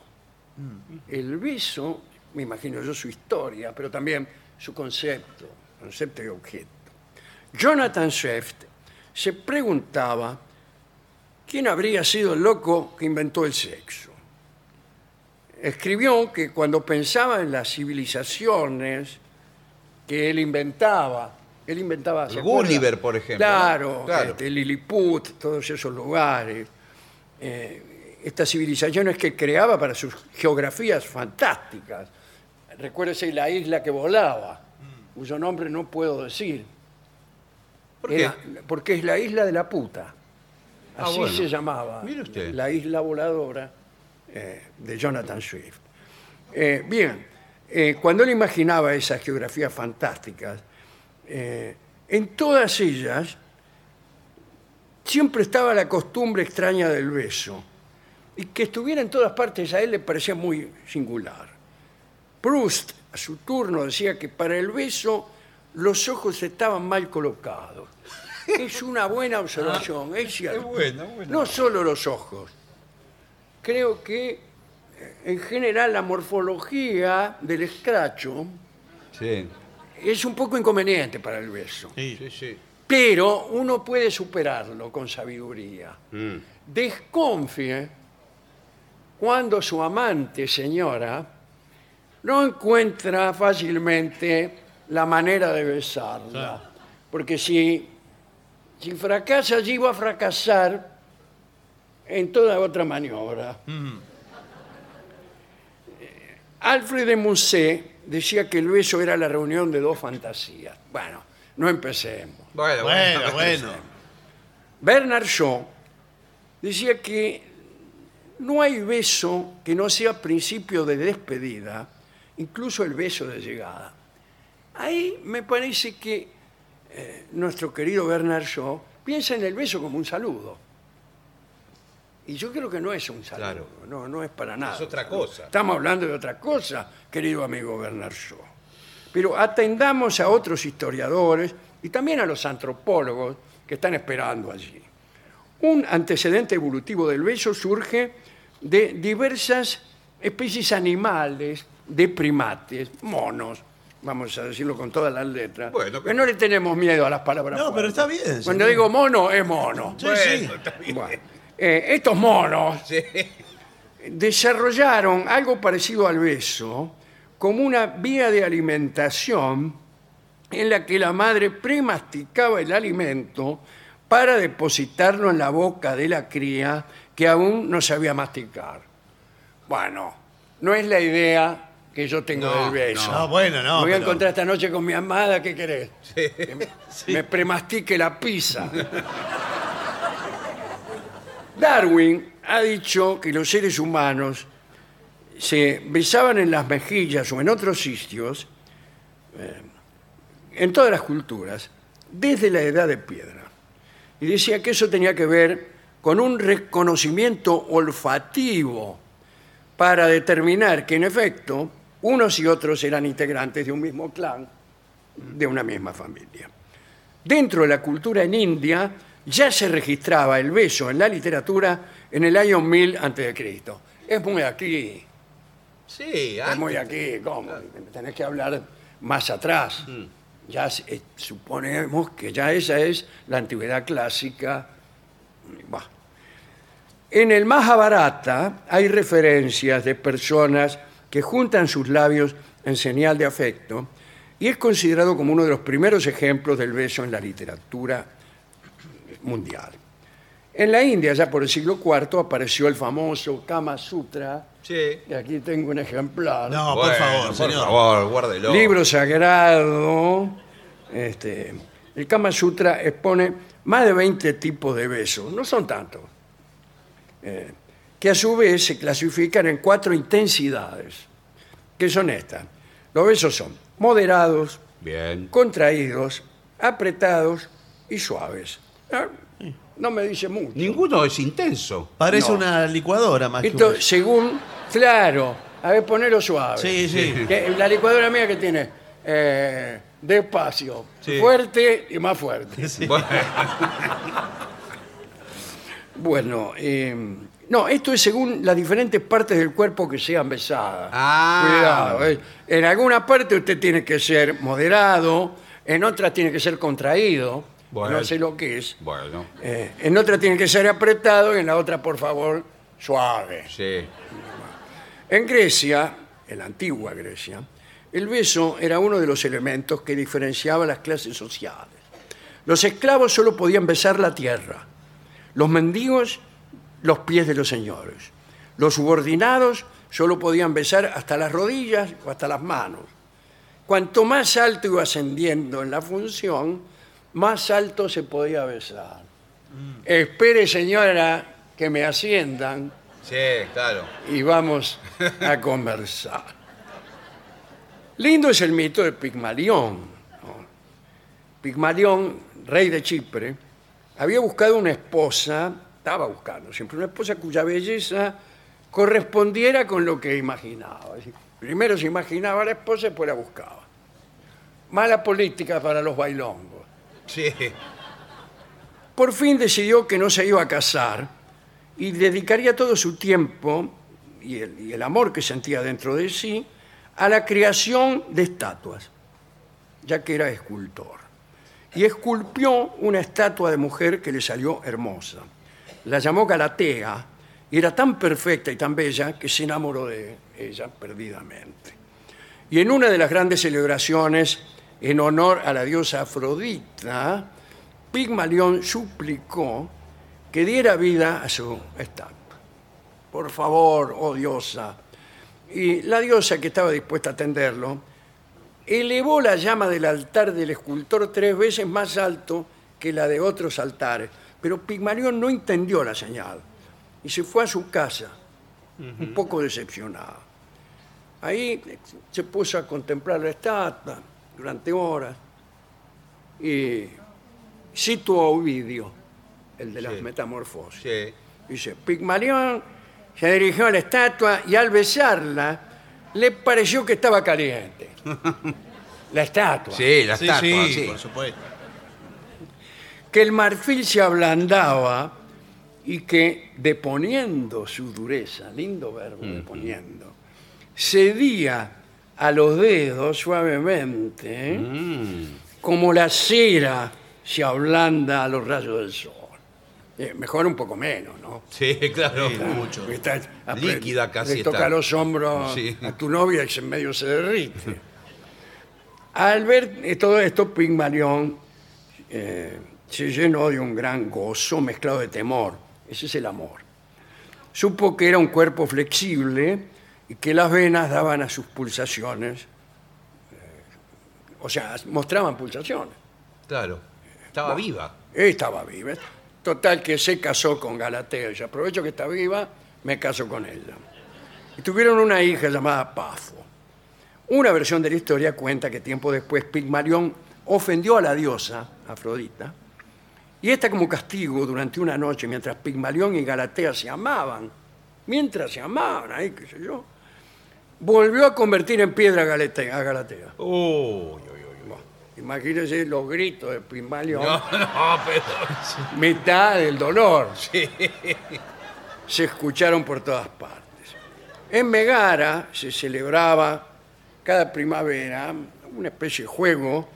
[SPEAKER 1] El beso, me imagino yo su historia, pero también su concepto, concepto y objeto. Jonathan Swift se preguntaba quién habría sido el loco que inventó el sexo escribió que cuando pensaba en las civilizaciones que él inventaba, él inventaba... ¿se acuerda?
[SPEAKER 2] Gulliver, por ejemplo,
[SPEAKER 1] Claro,
[SPEAKER 2] ¿no? Claro.
[SPEAKER 1] este, Lilliput, todos esos lugares. eh, estas civilizaciones que creaba para sus geografías fantásticas. Recuérdese la isla que volaba,
[SPEAKER 2] Mm.
[SPEAKER 1] cuyo nombre no puedo decir.
[SPEAKER 2] ¿Por qué?
[SPEAKER 1] Era- porque es la isla de la puta.
[SPEAKER 2] Ah,
[SPEAKER 1] Así
[SPEAKER 2] bueno.
[SPEAKER 1] se llamaba.
[SPEAKER 2] Mire usted.
[SPEAKER 1] La isla voladora eh, de Jonathan Swift. Eh, bien, eh, cuando él imaginaba esas geografías fantásticas, eh, En todas ellas siempre estaba la costumbre extraña del beso. Y que estuviera en todas partes a él le parecía muy singular. Proust, a su turno, decía que para el beso los ojos estaban mal colocados. Es una buena observación, es cierto.
[SPEAKER 2] Ah, bueno, bueno.
[SPEAKER 1] No solo los ojos. Creo que eh, en general la morfología del escracho
[SPEAKER 2] Sí,
[SPEAKER 1] es un poco inconveniente para el beso.
[SPEAKER 3] Sí.
[SPEAKER 2] sí, sí.
[SPEAKER 1] Pero uno puede superarlo con sabiduría.
[SPEAKER 2] Mm.
[SPEAKER 1] Desconfíe cuando su amante, señora, no encuentra fácilmente la manera de besarla. Porque si, si fracasa allí, va a fracasar en toda otra maniobra. Eh, Alfred de Musset decía que el beso era la reunión de dos fantasías. Bueno, no empecemos.
[SPEAKER 2] Bueno,
[SPEAKER 3] Bueno, bueno.
[SPEAKER 1] Bernard Shaw decía que no hay beso que no sea principio de despedida, incluso el beso de llegada. Ahí me parece que eh, nuestro querido Bernard Shaw piensa en el beso como un saludo. Y yo creo que no es un saludo,
[SPEAKER 2] Claro.
[SPEAKER 1] no, no es para nada.
[SPEAKER 2] Es otra cosa.
[SPEAKER 1] Estamos hablando de otra cosa, querido amigo Bernard Shaw. Pero atendamos a otros historiadores y también a los antropólogos que están esperando allí. Un antecedente evolutivo del beso surge de diversas especies animales, de primates, monos, vamos a decirlo con todas las letras.
[SPEAKER 2] Bueno,
[SPEAKER 1] pero...
[SPEAKER 2] pero-
[SPEAKER 1] no le tenemos miedo a las palabras.
[SPEAKER 3] No, pero
[SPEAKER 1] fuertes.
[SPEAKER 3] está bien,
[SPEAKER 1] Cuando
[SPEAKER 3] señor.
[SPEAKER 1] digo mono, es mono.
[SPEAKER 3] Sí, sí.
[SPEAKER 2] Bueno, está bien.
[SPEAKER 1] Bueno, eh, estos monos
[SPEAKER 2] Sí.
[SPEAKER 1] desarrollaron algo parecido al beso como una vía de alimentación en la que la madre premasticaba el alimento para depositarlo en la boca de la cría que aún no sabía masticar. Bueno, no es la idea que yo tengo
[SPEAKER 2] No,
[SPEAKER 1] del beso.
[SPEAKER 3] No, Ah, bueno, no.
[SPEAKER 1] Me voy a
[SPEAKER 3] pero-
[SPEAKER 1] encontrar esta noche con mi amada, ¿qué querés? Que
[SPEAKER 3] [LAUGHS]
[SPEAKER 1] me, me premastique la pizza. Darwin ha dicho que los seres humanos se besaban en las mejillas o en otros sitios, eh, en todas las culturas, desde la edad de piedra. Y decía que eso tenía que ver con un reconocimiento olfativo para determinar que en efecto unos y otros eran integrantes de un mismo clan, de una misma familia. Dentro de la cultura en India ya se registraba el beso en la literatura en el año 1000 a.C. Es muy aquí,
[SPEAKER 2] Sí, ¿ah?
[SPEAKER 1] es muy
[SPEAKER 2] antes.
[SPEAKER 1] aquí, ¿cómo? Tenés que hablar más atrás. Ya se- eh, suponemos que ya esa es la antigüedad clásica. Bah. En el Mahabharata hay referencias de personas que juntan sus labios en señal de afecto y es considerado como uno de los primeros ejemplos del beso en la literatura mundial. En la India, ya por el siglo IV, apareció el famoso Kama Sutra,
[SPEAKER 2] Sí.
[SPEAKER 1] y aquí tengo un ejemplar.
[SPEAKER 3] No,
[SPEAKER 2] Bueno,
[SPEAKER 3] por favor,
[SPEAKER 2] Por
[SPEAKER 3] señor.
[SPEAKER 2] favor, guárdelo.
[SPEAKER 1] Libro sagrado. Este, el Kama Sutra expone más de 20 tipos de besos, no son tantos, eh, que a su vez se clasifican en cuatro intensidades, que son estas. Los besos son moderados,
[SPEAKER 2] Bien.
[SPEAKER 1] contraídos, apretados y suaves. Ah, No me dice mucho.
[SPEAKER 2] Ninguno es intenso.
[SPEAKER 3] [LAUGHS] Parece
[SPEAKER 1] No.
[SPEAKER 3] una licuadora más que un
[SPEAKER 1] Esto
[SPEAKER 3] beso.
[SPEAKER 1] según, claro, a ver, ponelo suave.
[SPEAKER 3] Sí, sí.
[SPEAKER 1] Que la licuadora mía que tiene eh, despacio,
[SPEAKER 3] Sí.
[SPEAKER 1] fuerte y más fuerte.
[SPEAKER 3] [LAUGHS] Sí.
[SPEAKER 2] Bueno,
[SPEAKER 1] Bueno, eh, no, esto es según las diferentes partes del cuerpo que sean besadas.
[SPEAKER 2] Ah.
[SPEAKER 1] Cuidado, eh. en alguna parte usted tiene que ser moderado, en otra tiene que ser contraído,
[SPEAKER 2] Bueno.
[SPEAKER 1] no sé lo que es.
[SPEAKER 2] bueno,
[SPEAKER 1] Eh, en otra tiene que ser apretado y en la otra, por favor, suave.
[SPEAKER 2] sí.
[SPEAKER 1] En Grecia, en la antigua Grecia, el beso era uno de los elementos que diferenciaba las clases sociales. Los esclavos solo podían besar la tierra, los mendigos los pies de los señores, los subordinados solo podían besar hasta las rodillas o hasta las manos. Cuanto más alto iba ascendiendo en la función, más alto se podía besar. Espere, señora, que me asciendan
[SPEAKER 2] Sí, claro.
[SPEAKER 1] y vamos a conversar. Lindo es el mito de Pigmalión, ¿no? Pigmalión, rey de Chipre, había buscado una esposa, estaba buscando siempre una esposa cuya belleza correspondiera con lo que imaginaba. Es decir, Primero se imaginaba la esposa y después la buscaba. Mala política para los bailongos.
[SPEAKER 2] Sí.
[SPEAKER 1] Por fin decidió que no se iba a casar y dedicaría todo su tiempo y el, y el amor que sentía dentro de sí a la creación de estatuas, ya que era escultor. Y esculpió una estatua de mujer que le salió hermosa. La llamó Galatea y era tan perfecta y tan bella que se enamoró de ella perdidamente. Y en una de las grandes celebraciones en honor a la diosa Afrodita, Pigmalión suplicó que diera vida a su estatua. Por favor, oh diosa. Y la diosa que estaba dispuesta a atenderlo, elevó la llama del altar del escultor tres veces más alto que la de otros altares. Pero Pigmalión no entendió la señal y se fue a su casa, un poco decepcionado. Ahí se puso a contemplar la estatua durante horas. Y cito a Ovidio, el de las
[SPEAKER 2] Sí.
[SPEAKER 1] metamorfosis.
[SPEAKER 2] Sí.
[SPEAKER 1] Dice, Pigmalión se dirigió a la estatua y al besarla le pareció que estaba caliente. La estatua.
[SPEAKER 2] Sí, la
[SPEAKER 3] sí,
[SPEAKER 2] estatua,
[SPEAKER 3] sí,
[SPEAKER 2] sí.
[SPEAKER 3] por supuesto.
[SPEAKER 1] Que el marfil se ablandaba y que deponiendo su dureza, lindo verbo, deponiendo, cedía a los dedos suavemente,
[SPEAKER 2] Mm.
[SPEAKER 1] como la cera se ablanda a los rayos del sol. Eh, mejor un poco menos, ¿no?
[SPEAKER 2] Sí, claro.
[SPEAKER 3] mucho.
[SPEAKER 1] Porque está-
[SPEAKER 2] Líquida casi
[SPEAKER 1] Le toca
[SPEAKER 2] está.
[SPEAKER 1] los hombros
[SPEAKER 2] Sí.
[SPEAKER 1] a tu novia y se medio se derrite. [LAUGHS] Al ver eh, todo esto, Pigmalión eh, se llenó de un gran gozo mezclado de temor. Ese es el amor. Supo que era un cuerpo flexible y que las venas daban a sus pulsaciones, eh, o sea, mostraban pulsaciones.
[SPEAKER 2] Claro. Estaba viva.
[SPEAKER 1] Estaba viva. Total que se casó con Galatea. Y aprovecho que está viva, me caso con ella. Y tuvieron una hija llamada Pafo. Una versión de la historia cuenta que tiempo después Pigmalión ofendió a la diosa Afrodita. Y esta como castigo durante una noche, mientras Pigmalión y Galatea se amaban, mientras se amaban, ahí qué sé yo, volvió a convertir en piedra a Galate- a Galatea.
[SPEAKER 2] Uy,
[SPEAKER 1] [LAUGHS]
[SPEAKER 2] uy, uy. uy.
[SPEAKER 1] Imagínense los gritos de Pigmalión.
[SPEAKER 2] No, no, pero.
[SPEAKER 1] mitad del dolor. Se escucharon por todas partes. En Megara se celebraba cada primavera una especie de juego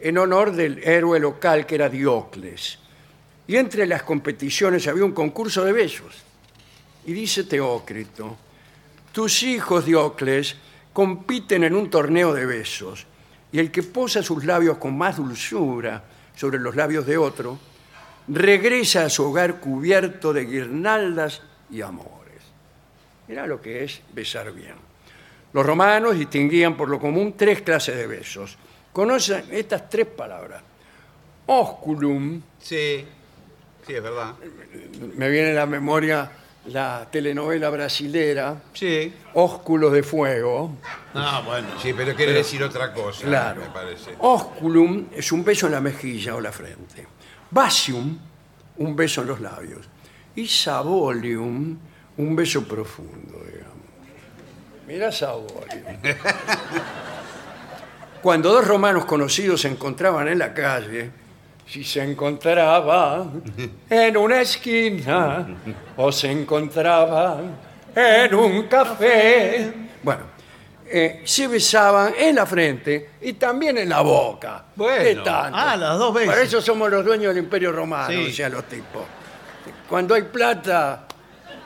[SPEAKER 1] en honor del héroe local que era Diocles. Y entre las competiciones había un concurso de besos. Y dice Teócrito, tus hijos, Diocles, compiten en un torneo de besos, y el que posa sus labios con más dulzura sobre los labios de otro, regresa a su hogar cubierto de guirnaldas y amores. Era lo que es besar bien. Los romanos distinguían por lo común tres clases de besos. Conocen estas tres palabras. Osculum,
[SPEAKER 2] Sí. Sí, es verdad.
[SPEAKER 1] me viene a la memoria la telenovela brasilera,
[SPEAKER 2] Sí.
[SPEAKER 1] Ósculos de Fuego.
[SPEAKER 3] No, bueno.
[SPEAKER 2] Sí, pero quiere decir otra cosa.
[SPEAKER 1] Ah, Claro.
[SPEAKER 2] Me parece.
[SPEAKER 1] Osculum es un beso en la mejilla o la frente. Basium, un beso en los labios. Y Sabolium, un beso profundo, digamos. Mira Sabolium. Cuando dos romanos conocidos se encontraban en la calle, si se encontraba en una esquina o se encontraba en un café, bueno, eh, se besaban en la frente y también en la boca.
[SPEAKER 2] Bueno.
[SPEAKER 1] ¿Qué tanto?
[SPEAKER 3] Ah, las dos veces.
[SPEAKER 1] Para eso somos los dueños del imperio romano,
[SPEAKER 3] Sí.
[SPEAKER 1] decían los tipos. Cuando hay plata,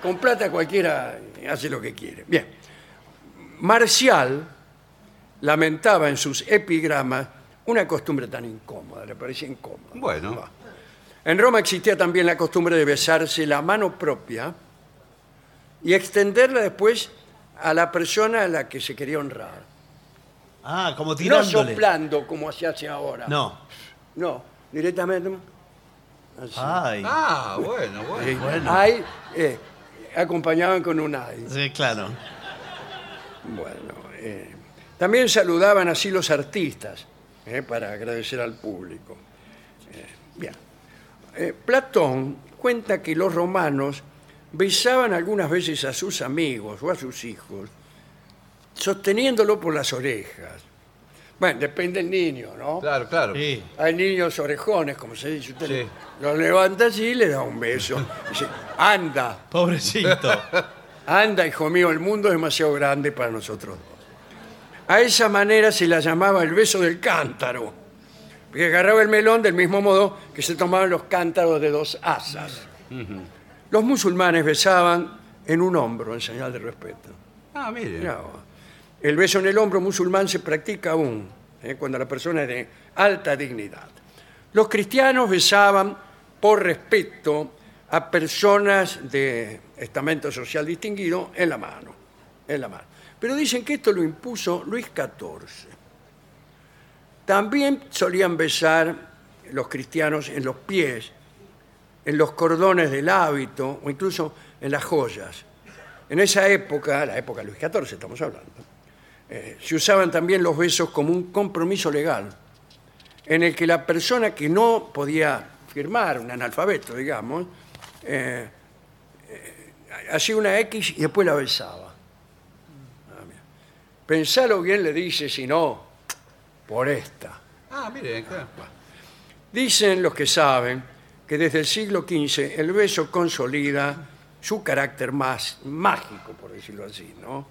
[SPEAKER 1] con plata cualquiera hace lo que quiere. Bien. Marcial lamentaba en sus epigramas una costumbre tan incómoda, le parecía incómoda.
[SPEAKER 2] Bueno.
[SPEAKER 1] Va. En Roma existía también la costumbre de besarse la mano propia y extenderla después a la persona a la que se quería honrar.
[SPEAKER 3] Ah, como
[SPEAKER 1] No
[SPEAKER 3] tirándole.
[SPEAKER 1] soplando como se hace ahora.
[SPEAKER 3] No.
[SPEAKER 1] No, directamente. así.
[SPEAKER 3] Ay.
[SPEAKER 2] Ah, bueno,
[SPEAKER 1] Sí.
[SPEAKER 2] bueno.
[SPEAKER 3] bueno.
[SPEAKER 1] Ay, eh, acompañaban con un ay.
[SPEAKER 3] Sí, claro.
[SPEAKER 1] Bueno, eh, también saludaban así los artistas. eh, para agradecer al público. Eh, bien. Eh, Platón cuenta que los romanos besaban algunas veces a sus amigos o a sus hijos, sosteniéndolo por las orejas. Bueno, depende del niño, ¿no?
[SPEAKER 2] Claro, claro.
[SPEAKER 3] Sí.
[SPEAKER 1] Hay niños orejones, como se dice. Usted
[SPEAKER 2] Sí.
[SPEAKER 1] los levanta así y le da un
[SPEAKER 2] [LAUGHS]
[SPEAKER 1] beso. Dice, anda,
[SPEAKER 3] Pobrecito.
[SPEAKER 1] Anda, hijo mío, el mundo es demasiado grande para nosotros dos. A esa manera se la llamaba el beso del cántaro, que agarraba el melón del mismo modo que se tomaban los cántaros de dos asas. Los musulmanes besaban en un hombro en señal de respeto.
[SPEAKER 2] Ah, mire.
[SPEAKER 1] Mirá vos. El beso en el hombro musulmán se practica aún, eh, cuando la persona es de alta dignidad. Los cristianos besaban por respeto a personas de estamento social distinguido en la mano. En la mano. Pero dicen que esto lo impuso Luis XIV. También solían besar los cristianos en los pies, en los cordones del hábito o incluso en las joyas. En esa época, la época de Luis XIV estamos hablando, eh, se usaban también los besos como un compromiso legal, en el que la persona que no podía firmar, un analfabeto, digamos, eh, eh, hacía una X y después la besaba. Ah, mira. Pensalo bien, le dice, si no, por esta.
[SPEAKER 2] Ah, mire, claro.
[SPEAKER 1] Dicen los que saben que desde el siglo XV el beso consolida su carácter más mágico, por decirlo así, ¿no?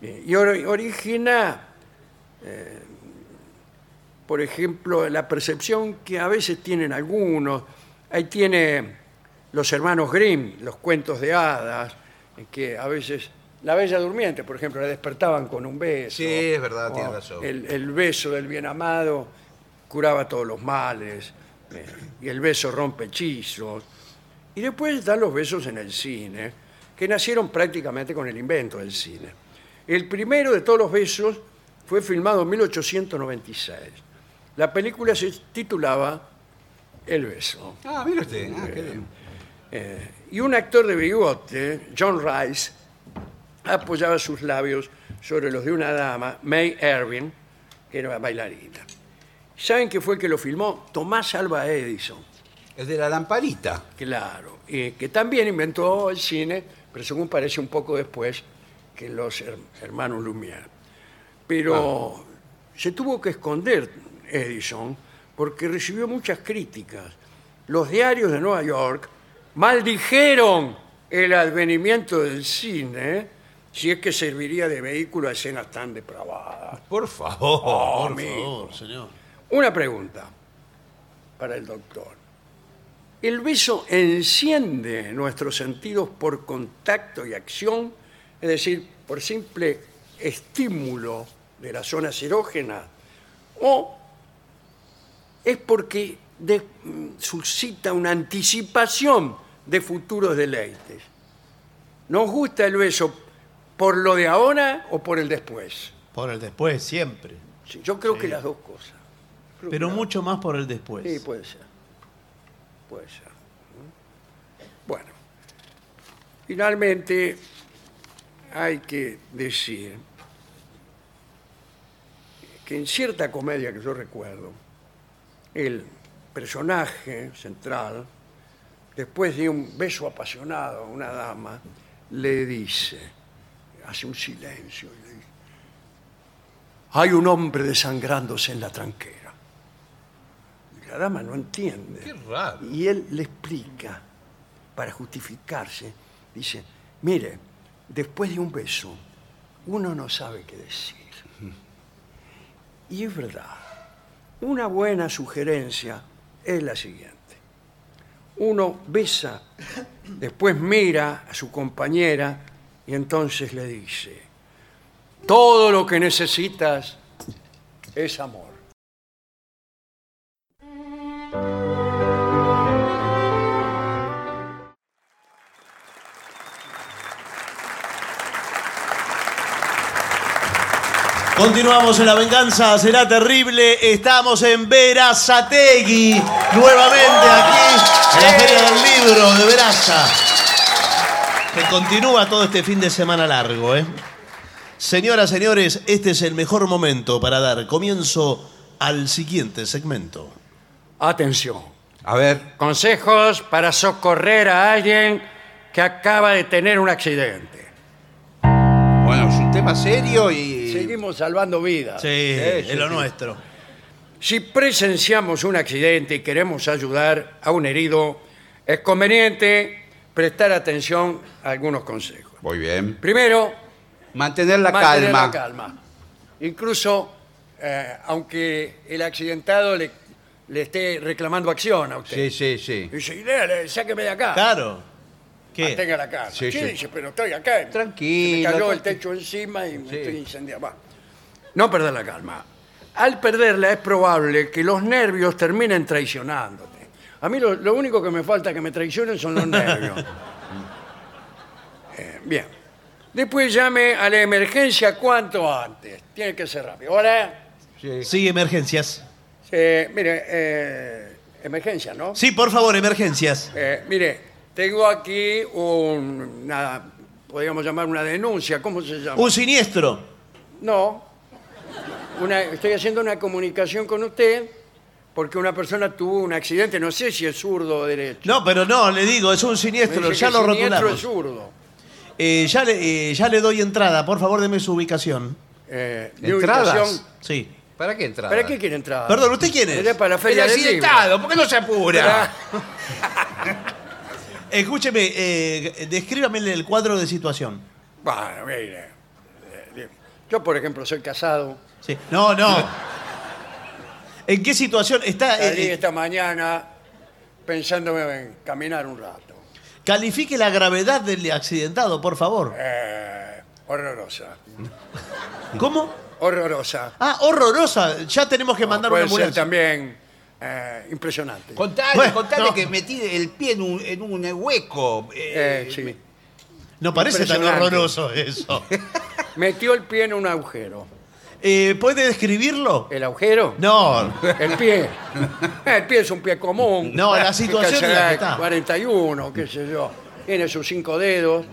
[SPEAKER 1] Eh, Y or- origina, eh, por ejemplo, la percepción que a veces tienen algunos. Ahí tiene los hermanos Grimm, los cuentos de hadas, en que a veces la bella durmiente, por ejemplo, la despertaban con un beso.
[SPEAKER 2] Sí, es verdad,
[SPEAKER 1] o
[SPEAKER 2] tiene razón.
[SPEAKER 1] El, el beso del bien amado curaba todos los males, eh, y el beso rompe hechizos. Y después están los besos en el cine, que nacieron prácticamente con el invento del cine. El primero de todos los besos fue filmado en 1896. La película se titulaba El beso.
[SPEAKER 2] Ah, mire usted. Ah, qué bien.
[SPEAKER 1] Eh, y un actor de bigote, John Rice, apoyaba sus labios sobre los de una dama, May Irving, que era bailarina. ¿Saben que fue el que lo filmó? Tomás Alba Edison,
[SPEAKER 2] El de la lamparita.
[SPEAKER 1] claro, eh, que también inventó el cine, pero según parece un poco después que los her- hermanos Lumière. Pero se tuvo que esconder Edison porque recibió muchas críticas. Los diarios de Nueva York maldijeron el advenimiento del cine si es que serviría de vehículo a escenas tan depravadas.
[SPEAKER 2] Por favor.
[SPEAKER 3] Por favor, señor.
[SPEAKER 1] Una pregunta para el doctor. ¿El beso enciende nuestros sentidos por contacto y acción? Es decir, por simple estímulo de la zona erógena. ¿O es porque de- mm, suscita una anticipación de futuros deleites? ¿Nos gusta el beso por lo de ahora o por el después?
[SPEAKER 3] Por el después, siempre.
[SPEAKER 1] Sí, Yo creo que las dos cosas. Creo que
[SPEAKER 3] Pero
[SPEAKER 1] las
[SPEAKER 3] mucho más por el después.
[SPEAKER 1] Sí, pues. puede ser. Puede ser. Bueno, finalmente hay que decir que en cierta comedia que yo recuerdo, el personaje central, después de un beso apasionado a una dama, le dice, hace un silencio y le dice, hay un hombre desangrándose en la tranquera. Y la dama no entiende.
[SPEAKER 2] Qué raro.
[SPEAKER 1] Y él le explica, para justificarse, dice, mire, después de un beso, uno no sabe qué decir. Y es verdad, una buena sugerencia es la siguiente. Uno besa, después mira a su compañera y entonces le dice, todo lo que necesitas es amor.
[SPEAKER 3] Continuamos en La Venganza Será Terrible. Estamos en Verazategui, nuevamente aquí en la Feria del Libro de Veraza. Que continúa todo este fin de semana largo, ¿eh? Señoras, señores, este es el mejor momento para dar comienzo al siguiente segmento.
[SPEAKER 1] Atención.
[SPEAKER 2] A ver,
[SPEAKER 1] Consejos para socorrer a alguien que acaba de tener un accidente.
[SPEAKER 2] bueno, es un tema serio y.
[SPEAKER 1] Seguimos salvando vidas.
[SPEAKER 3] Sí,
[SPEAKER 2] sí,
[SPEAKER 3] es lo
[SPEAKER 2] sí.
[SPEAKER 3] nuestro.
[SPEAKER 1] Si presenciamos un accidente y queremos ayudar a un herido, es conveniente prestar atención a algunos consejos.
[SPEAKER 2] Muy bien.
[SPEAKER 1] Primero,
[SPEAKER 2] Mantener la
[SPEAKER 1] mantener
[SPEAKER 2] calma.
[SPEAKER 1] la calma. Incluso, eh, aunque el accidentado le, le esté reclamando acción a usted.
[SPEAKER 2] Sí, sí, sí.
[SPEAKER 1] Y dice, "Dale, sáqueme de acá.
[SPEAKER 3] Claro. ¿Qué?
[SPEAKER 1] Mantenga la calma.
[SPEAKER 2] Sí,
[SPEAKER 1] Sí,
[SPEAKER 2] sí.
[SPEAKER 1] dice, pero estoy acá. Se
[SPEAKER 2] Tranquilo,
[SPEAKER 1] me cayó el
[SPEAKER 2] tranquilo.
[SPEAKER 1] techo encima y me
[SPEAKER 2] Sí.
[SPEAKER 1] estoy incendiando. Va. No perder la calma. Al perderla es probable que los nervios terminen traicionándote. A mí lo, lo único que me falta que me traicionen son los nervios.
[SPEAKER 2] [LAUGHS]
[SPEAKER 1] Eh, bien. Después llame a la emergencia cuanto antes. Tiene que ser rápido. Ahora,
[SPEAKER 2] Sí.
[SPEAKER 3] Sí, emergencias.
[SPEAKER 1] eh, mire, eh, emergencia, ¿no?
[SPEAKER 3] Sí, por favor, emergencias.
[SPEAKER 1] Eh, mire, tengo aquí un- una, podríamos llamar una denuncia, ¿cómo se llama?
[SPEAKER 3] Un siniestro.
[SPEAKER 1] No, una- estoy haciendo una comunicación con usted porque una persona tuvo un accidente, no sé si es zurdo o derecho.
[SPEAKER 3] No, pero no, le digo, es un
[SPEAKER 1] Me
[SPEAKER 3] siniestro,
[SPEAKER 1] dice
[SPEAKER 3] ya
[SPEAKER 1] que
[SPEAKER 3] lo
[SPEAKER 1] siniestro es
[SPEAKER 3] rotulamos.
[SPEAKER 1] zurdo.
[SPEAKER 3] Eh, ya, le, eh, ya le doy entrada, por favor, deme su ubicación.
[SPEAKER 1] Eh, de
[SPEAKER 2] Entradas.
[SPEAKER 1] ubicación-
[SPEAKER 3] Sí.
[SPEAKER 2] ¿Para qué entrar?
[SPEAKER 1] ¿Para qué quiere entrar?
[SPEAKER 3] Perdón, ¿usted quién es?
[SPEAKER 1] Para la
[SPEAKER 2] El
[SPEAKER 1] feria del libro.
[SPEAKER 2] accidentado, ¿por qué no se apura?
[SPEAKER 3] Escúcheme, eh, descríbame el cuadro de situación.
[SPEAKER 1] Bueno, mire, eh, bien. yo por ejemplo soy casado.
[SPEAKER 3] Sí.
[SPEAKER 1] [LAUGHS]
[SPEAKER 3] No, no. ¿En qué situación está? eh,
[SPEAKER 1] Salí
[SPEAKER 3] eh,
[SPEAKER 1] esta mañana pensando en caminar un rato.
[SPEAKER 3] califique la gravedad del accidentado, por favor.
[SPEAKER 1] Eh, horrorosa.
[SPEAKER 3] ¿Cómo?
[SPEAKER 1] horrorosa.
[SPEAKER 3] Ah, horrorosa. Ya tenemos que mandar una
[SPEAKER 1] Puede ser
[SPEAKER 3] ambulancia.
[SPEAKER 1] también eh, impresionante.
[SPEAKER 2] Contale,
[SPEAKER 3] Bueno,
[SPEAKER 2] contale
[SPEAKER 3] no.
[SPEAKER 2] que metí el pie en un, en un hueco. eh,
[SPEAKER 1] Eh, sí.
[SPEAKER 3] No parece tan
[SPEAKER 1] Impresionante.
[SPEAKER 3] horroroso
[SPEAKER 1] [LAUGHS]
[SPEAKER 3] eso.
[SPEAKER 1] Metió el pie en un agujero.
[SPEAKER 3] Eh, ¿Puede describirlo?
[SPEAKER 1] ¿El agujero?
[SPEAKER 3] No.
[SPEAKER 1] El
[SPEAKER 3] [LAUGHS]
[SPEAKER 1] pie. Eh, El pie es un pie común.
[SPEAKER 3] No, la
[SPEAKER 1] Que
[SPEAKER 3] situación
[SPEAKER 1] calzará
[SPEAKER 3] es la que está.
[SPEAKER 1] 41, qué sé yo. Tiene sus cinco dedos,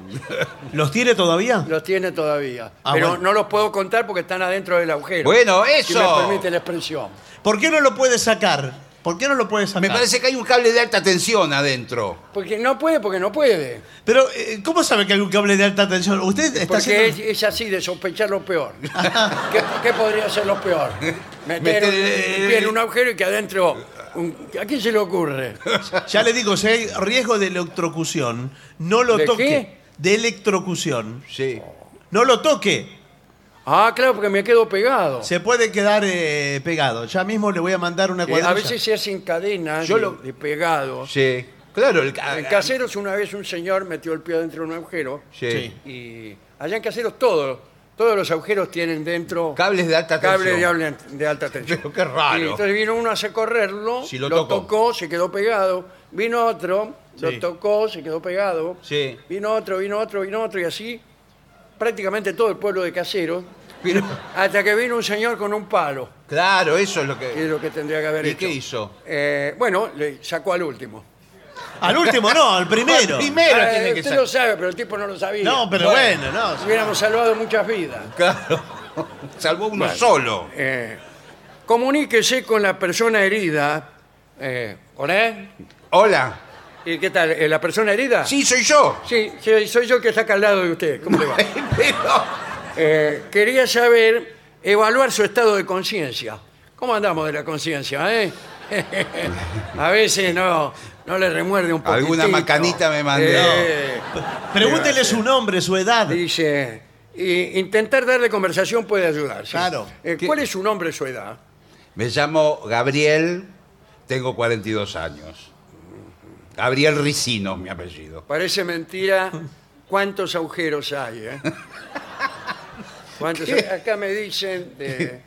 [SPEAKER 3] ¿Los tiene todavía?
[SPEAKER 1] los tiene todavía.
[SPEAKER 3] Ah,
[SPEAKER 1] Pero
[SPEAKER 3] bueno.
[SPEAKER 1] no los puedo contar porque están adentro del agujero.
[SPEAKER 2] Bueno,
[SPEAKER 1] Si
[SPEAKER 2] eso.
[SPEAKER 1] me permite la expresión.
[SPEAKER 3] ¿Por qué no lo puede sacar? ¿Por qué no lo puede sacar?
[SPEAKER 2] Me parece que hay un cable de alta tensión adentro.
[SPEAKER 1] Porque no puede, porque no puede.
[SPEAKER 3] Pero, eh, ¿cómo sabe que hay un cable de alta tensión? Usted está
[SPEAKER 1] Porque es,
[SPEAKER 3] haciendo...
[SPEAKER 1] es así, de sospechar lo
[SPEAKER 2] [LAUGHS]
[SPEAKER 1] peor. ¿Qué, qué podría ser lo peor? Meter
[SPEAKER 2] Meter- eh,
[SPEAKER 1] un, un pie en un agujero y que adentro... un- ¿A quién se le ocurre?
[SPEAKER 3] Ya le digo, si hay riesgo de electrocución, no lo
[SPEAKER 1] ¿De
[SPEAKER 3] toque.
[SPEAKER 1] qué?
[SPEAKER 3] De electrocución.
[SPEAKER 2] Sí.
[SPEAKER 3] No lo toque.
[SPEAKER 1] Ah, claro, porque me quedo pegado.
[SPEAKER 3] Se puede quedar eh, pegado. Ya mismo le voy a mandar una
[SPEAKER 1] Eh, a
[SPEAKER 3] cuadrilla.
[SPEAKER 1] veces se hacen cadenas
[SPEAKER 2] Yo
[SPEAKER 1] de-
[SPEAKER 2] lo-
[SPEAKER 1] de pegado.
[SPEAKER 2] Sí. Claro, el ca-
[SPEAKER 1] En Caseros una vez un señor metió el pie dentro de un agujero
[SPEAKER 2] Sí.
[SPEAKER 3] Sí.
[SPEAKER 1] y allá en Caseros todos, todos los agujeros tienen dentro
[SPEAKER 2] Cables de alta
[SPEAKER 1] cables de
[SPEAKER 2] tensión.
[SPEAKER 1] habla- de, alta tensión.
[SPEAKER 2] Pero qué raro.
[SPEAKER 1] Y entonces vino uno a hacer correrlo,
[SPEAKER 2] Sí, lo tocó.
[SPEAKER 1] tocó. se quedó pegado. Vino otro,
[SPEAKER 3] Sí.
[SPEAKER 1] lo tocó, se quedó pegado.
[SPEAKER 2] Sí.
[SPEAKER 1] Vino otro, vino otro, vino otro y así prácticamente todo el pueblo de Caseros
[SPEAKER 2] Pero-
[SPEAKER 1] hasta que vino un señor con un palo.
[SPEAKER 2] claro, eso es lo
[SPEAKER 1] que es
[SPEAKER 2] que.
[SPEAKER 1] lo que tendría que haber
[SPEAKER 2] ¿Y
[SPEAKER 1] hecho.
[SPEAKER 2] qué hizo?
[SPEAKER 1] Eh, bueno, le sacó al último.
[SPEAKER 3] Al último no,
[SPEAKER 1] [LAUGHS]
[SPEAKER 3] al primero.
[SPEAKER 2] Al primero
[SPEAKER 1] Ah,
[SPEAKER 2] tiene que
[SPEAKER 1] usted
[SPEAKER 2] ser.
[SPEAKER 1] lo sabe, pero el tipo no lo sabía.
[SPEAKER 3] No, pero bueno, no.
[SPEAKER 1] Hubiéramos salvado muchas vidas.
[SPEAKER 2] Claro. [LAUGHS] Salvó uno solo.
[SPEAKER 1] Eh, comuníquese con la persona herida. Eh, ¿Hola?
[SPEAKER 2] Hola.
[SPEAKER 1] ¿Y qué tal? eh, ¿La persona herida?
[SPEAKER 2] Sí, soy yo.
[SPEAKER 1] Sí, sí, soy yo el que está acá al lado de usted. ¿Cómo le va?
[SPEAKER 2] Pero-
[SPEAKER 1] Eh, quería saber, evaluar su estado de conciencia. ¿Cómo andamos de la conciencia, eh? [LAUGHS] A veces no, no le remuerde un poquito.
[SPEAKER 2] Alguna macanita me mandé.
[SPEAKER 3] Pregúntele su nombre, su edad.
[SPEAKER 1] Dice, "Y intentar darle conversación puede ayudar. sí.
[SPEAKER 3] Claro.
[SPEAKER 1] Eh,
[SPEAKER 2] ¿Qué-
[SPEAKER 1] ¿Cuál es su nombre, su edad?
[SPEAKER 2] Me llamo Gabriel, tengo 42 años. Gabriel Ricino, mi apellido.
[SPEAKER 1] Parece mentira cuántos agujeros hay. eh? ¿Cuántos hay? Acá me dicen de,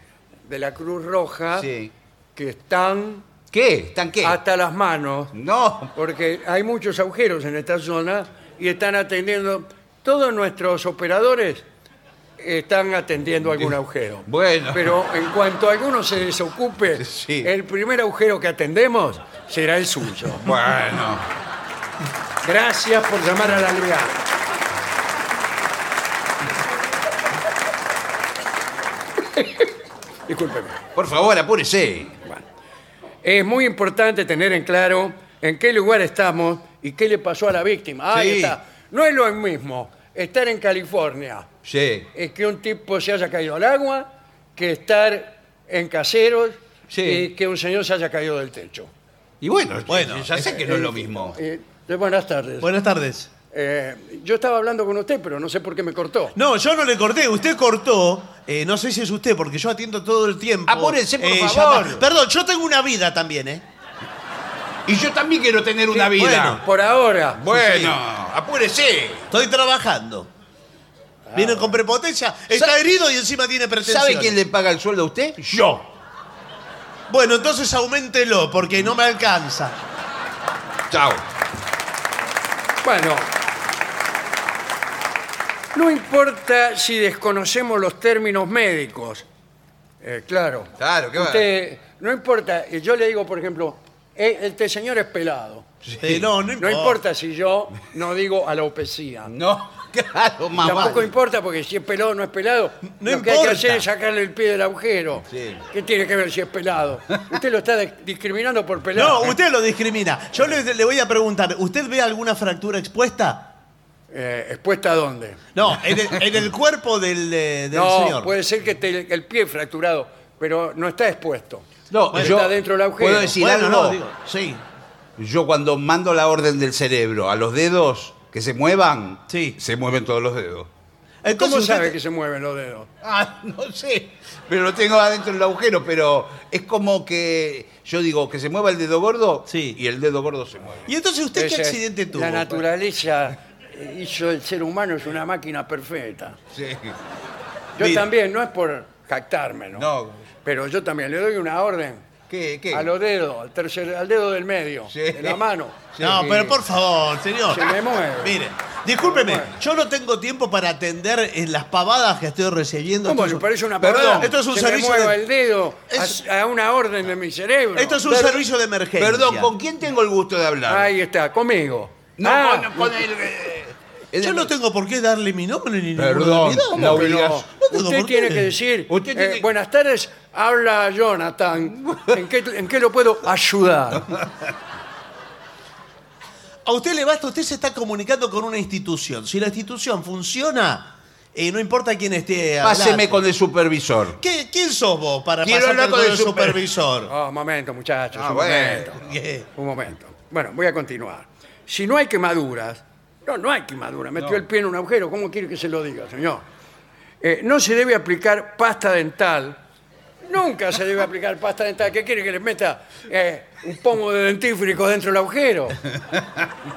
[SPEAKER 1] de la Cruz Roja
[SPEAKER 2] Sí.
[SPEAKER 1] que están
[SPEAKER 2] ¿Qué? ¿Están qué?
[SPEAKER 1] hasta las manos,
[SPEAKER 2] No.
[SPEAKER 1] porque hay muchos agujeros en esta zona y están atendiendo, todos nuestros operadores están atendiendo algún agujero.
[SPEAKER 2] Bueno.
[SPEAKER 1] Pero en cuanto alguno se desocupe,
[SPEAKER 2] Sí.
[SPEAKER 1] el primer agujero que atendemos será el suyo.
[SPEAKER 2] Bueno.
[SPEAKER 1] Gracias por llamar a [LAUGHS] la Liga. Discúlpeme.
[SPEAKER 2] Por favor, apúrese.
[SPEAKER 1] Bueno. Es muy importante tener en claro en qué lugar estamos y qué le pasó a la víctima. Ahí
[SPEAKER 2] Sí.
[SPEAKER 1] está. No es lo mismo estar en California
[SPEAKER 2] Sí.
[SPEAKER 1] es que un tipo se haya caído al agua que estar en caseros
[SPEAKER 2] Sí.
[SPEAKER 1] y que un señor se haya caído del techo.
[SPEAKER 2] Y bueno,
[SPEAKER 3] Bueno,
[SPEAKER 2] ya sé que no es lo mismo.
[SPEAKER 1] Eh, eh, buenas tardes.
[SPEAKER 3] Buenas tardes.
[SPEAKER 1] Eh, yo estaba hablando con usted, pero no sé por qué me cortó.
[SPEAKER 3] No, yo no le corté, usted cortó. Eh, no sé si es usted, porque yo atiendo todo el tiempo. eh,
[SPEAKER 2] Apúrense, por
[SPEAKER 3] llamar.
[SPEAKER 2] favor.
[SPEAKER 3] Perdón, yo tengo una vida también, ¿eh?
[SPEAKER 2] Y yo también quiero tener una vida.
[SPEAKER 1] Por ahora.
[SPEAKER 2] Bueno,
[SPEAKER 3] Sí,
[SPEAKER 2] apúrese.
[SPEAKER 3] Estoy trabajando. Viene con prepotencia, está
[SPEAKER 2] Sa-
[SPEAKER 3] herido y encima tiene pretensiones.
[SPEAKER 2] ¿Sabe quién le paga el sueldo a usted? Yo.
[SPEAKER 3] Bueno, entonces auméntelo, porque no me alcanza.
[SPEAKER 2] Chao.
[SPEAKER 1] Bueno. No importa si desconocemos los términos médicos. Eh, claro.
[SPEAKER 2] Claro, qué va.
[SPEAKER 1] Usted- No importa. eh, Yo le digo, por ejemplo, eh, este señor es pelado.
[SPEAKER 3] Eh, no, no importa.
[SPEAKER 1] No importa si yo no digo alopecia.
[SPEAKER 2] No, [LAUGHS] claro, mamá.
[SPEAKER 1] Tampoco importa porque si es pelado o no es pelado,
[SPEAKER 3] No
[SPEAKER 1] lo que hay que
[SPEAKER 3] importa.
[SPEAKER 1] hacer es sacarle el pie del agujero.
[SPEAKER 2] Sí.
[SPEAKER 1] ¿Qué tiene que ver si es
[SPEAKER 3] [LAUGHS]
[SPEAKER 1] pelado? Usted lo está de- discriminando por pelado.
[SPEAKER 3] No, usted lo discrimina. Yo le, le voy a preguntar, ¿usted ve alguna fractura expuesta?
[SPEAKER 1] Eh, ¿Expuesta a dónde?
[SPEAKER 3] No, en el, en el cuerpo del, eh, del
[SPEAKER 1] no,
[SPEAKER 3] señor.
[SPEAKER 1] puede ser que te- el pie fracturado, pero no está expuesto.
[SPEAKER 2] No,
[SPEAKER 1] Bueno,
[SPEAKER 2] yo
[SPEAKER 1] está dentro del agujero.
[SPEAKER 2] puedo decir
[SPEAKER 3] Bueno,
[SPEAKER 2] algo.
[SPEAKER 3] no, digo, sí.
[SPEAKER 2] Yo cuando mando la orden del cerebro a los dedos que se muevan,
[SPEAKER 3] Sí.
[SPEAKER 2] se mueven todos los dedos.
[SPEAKER 1] ¿Cómo
[SPEAKER 3] Entonces
[SPEAKER 1] sabe
[SPEAKER 3] usted-
[SPEAKER 1] que se mueven los dedos?
[SPEAKER 2] [LAUGHS] Ah, no sé, pero lo tengo adentro del agujero, pero es como que yo digo que se mueva el dedo gordo
[SPEAKER 3] Sí.
[SPEAKER 2] y el dedo gordo se mueve.
[SPEAKER 3] ¿Y entonces usted qué
[SPEAKER 1] Esa es-
[SPEAKER 3] accidente tuvo? pues?
[SPEAKER 1] La naturaleza hizo el ser humano, es una máquina perfecta.
[SPEAKER 2] Sí.
[SPEAKER 1] Yo
[SPEAKER 2] Mira.
[SPEAKER 1] también, no es por jactarme, ¿no?
[SPEAKER 2] No.
[SPEAKER 1] Pero yo también le doy una orden.
[SPEAKER 2] ¿Qué? ¿Qué?
[SPEAKER 1] A los dedos, al, tercer, al dedo del medio,
[SPEAKER 2] Sí.
[SPEAKER 1] de la mano.
[SPEAKER 3] No,
[SPEAKER 2] Sí.
[SPEAKER 3] pero por favor, señor.
[SPEAKER 1] Se me mueve.
[SPEAKER 3] Mire, discúlpeme, yo no tengo tiempo para atender en las pavadas que estoy recibiendo.
[SPEAKER 1] ¿Cómo
[SPEAKER 3] Esto
[SPEAKER 1] le
[SPEAKER 3] es-
[SPEAKER 1] parece una
[SPEAKER 3] Perdón,
[SPEAKER 1] pavada?
[SPEAKER 3] Esto es un
[SPEAKER 1] Se me
[SPEAKER 3] servicio
[SPEAKER 1] mueva
[SPEAKER 3] de,
[SPEAKER 1] el dedo a-
[SPEAKER 3] Es-
[SPEAKER 1] a, una orden de mi cerebro.
[SPEAKER 3] esto es un
[SPEAKER 2] Perdón.
[SPEAKER 3] servicio de emergencia.
[SPEAKER 2] Perdón, ¿con quién tengo el gusto de hablar?
[SPEAKER 1] Ahí está, conmigo.
[SPEAKER 2] no,
[SPEAKER 1] Ah,
[SPEAKER 2] con- con el, eh, el-
[SPEAKER 3] Yo no tengo por qué darle mi nombre ni ninguna
[SPEAKER 2] Perdón,
[SPEAKER 3] vida.
[SPEAKER 2] ¿cómo la
[SPEAKER 1] que no?
[SPEAKER 2] obligación.
[SPEAKER 3] No tengo
[SPEAKER 1] Usted
[SPEAKER 3] por
[SPEAKER 1] tiene
[SPEAKER 3] qué.
[SPEAKER 1] que decir,
[SPEAKER 2] Usted
[SPEAKER 1] eh,
[SPEAKER 2] tiene-
[SPEAKER 1] buenas tardes, habla Jonathan. ¿En qué, en qué lo puedo ayudar?
[SPEAKER 3] A usted le basta, usted se está comunicando con una institución. Si la institución funciona, eh, no importa quién esté. al
[SPEAKER 2] Páseme
[SPEAKER 3] lado.
[SPEAKER 2] con el supervisor.
[SPEAKER 3] ¿Qué- ¿Quién sos vos para
[SPEAKER 2] Quiero
[SPEAKER 3] pasarte
[SPEAKER 2] hablar con
[SPEAKER 3] con
[SPEAKER 2] el
[SPEAKER 3] el
[SPEAKER 2] super-
[SPEAKER 3] supervisor?
[SPEAKER 1] Oh, un momento, muchachos,
[SPEAKER 2] Ah,
[SPEAKER 1] un
[SPEAKER 2] bueno.
[SPEAKER 1] momento.
[SPEAKER 3] ¿Qué?
[SPEAKER 1] Un momento. Bueno, voy a continuar. Si no hay quemaduras, no, no hay quemaduras, metió el pie en un agujero, ¿cómo quiere que se lo diga, señor? Eh, no se debe aplicar pasta dental. Nunca se debe aplicar pasta dental. ¿Qué quiere que le meta eh, un pomo de dentífrico dentro del agujero?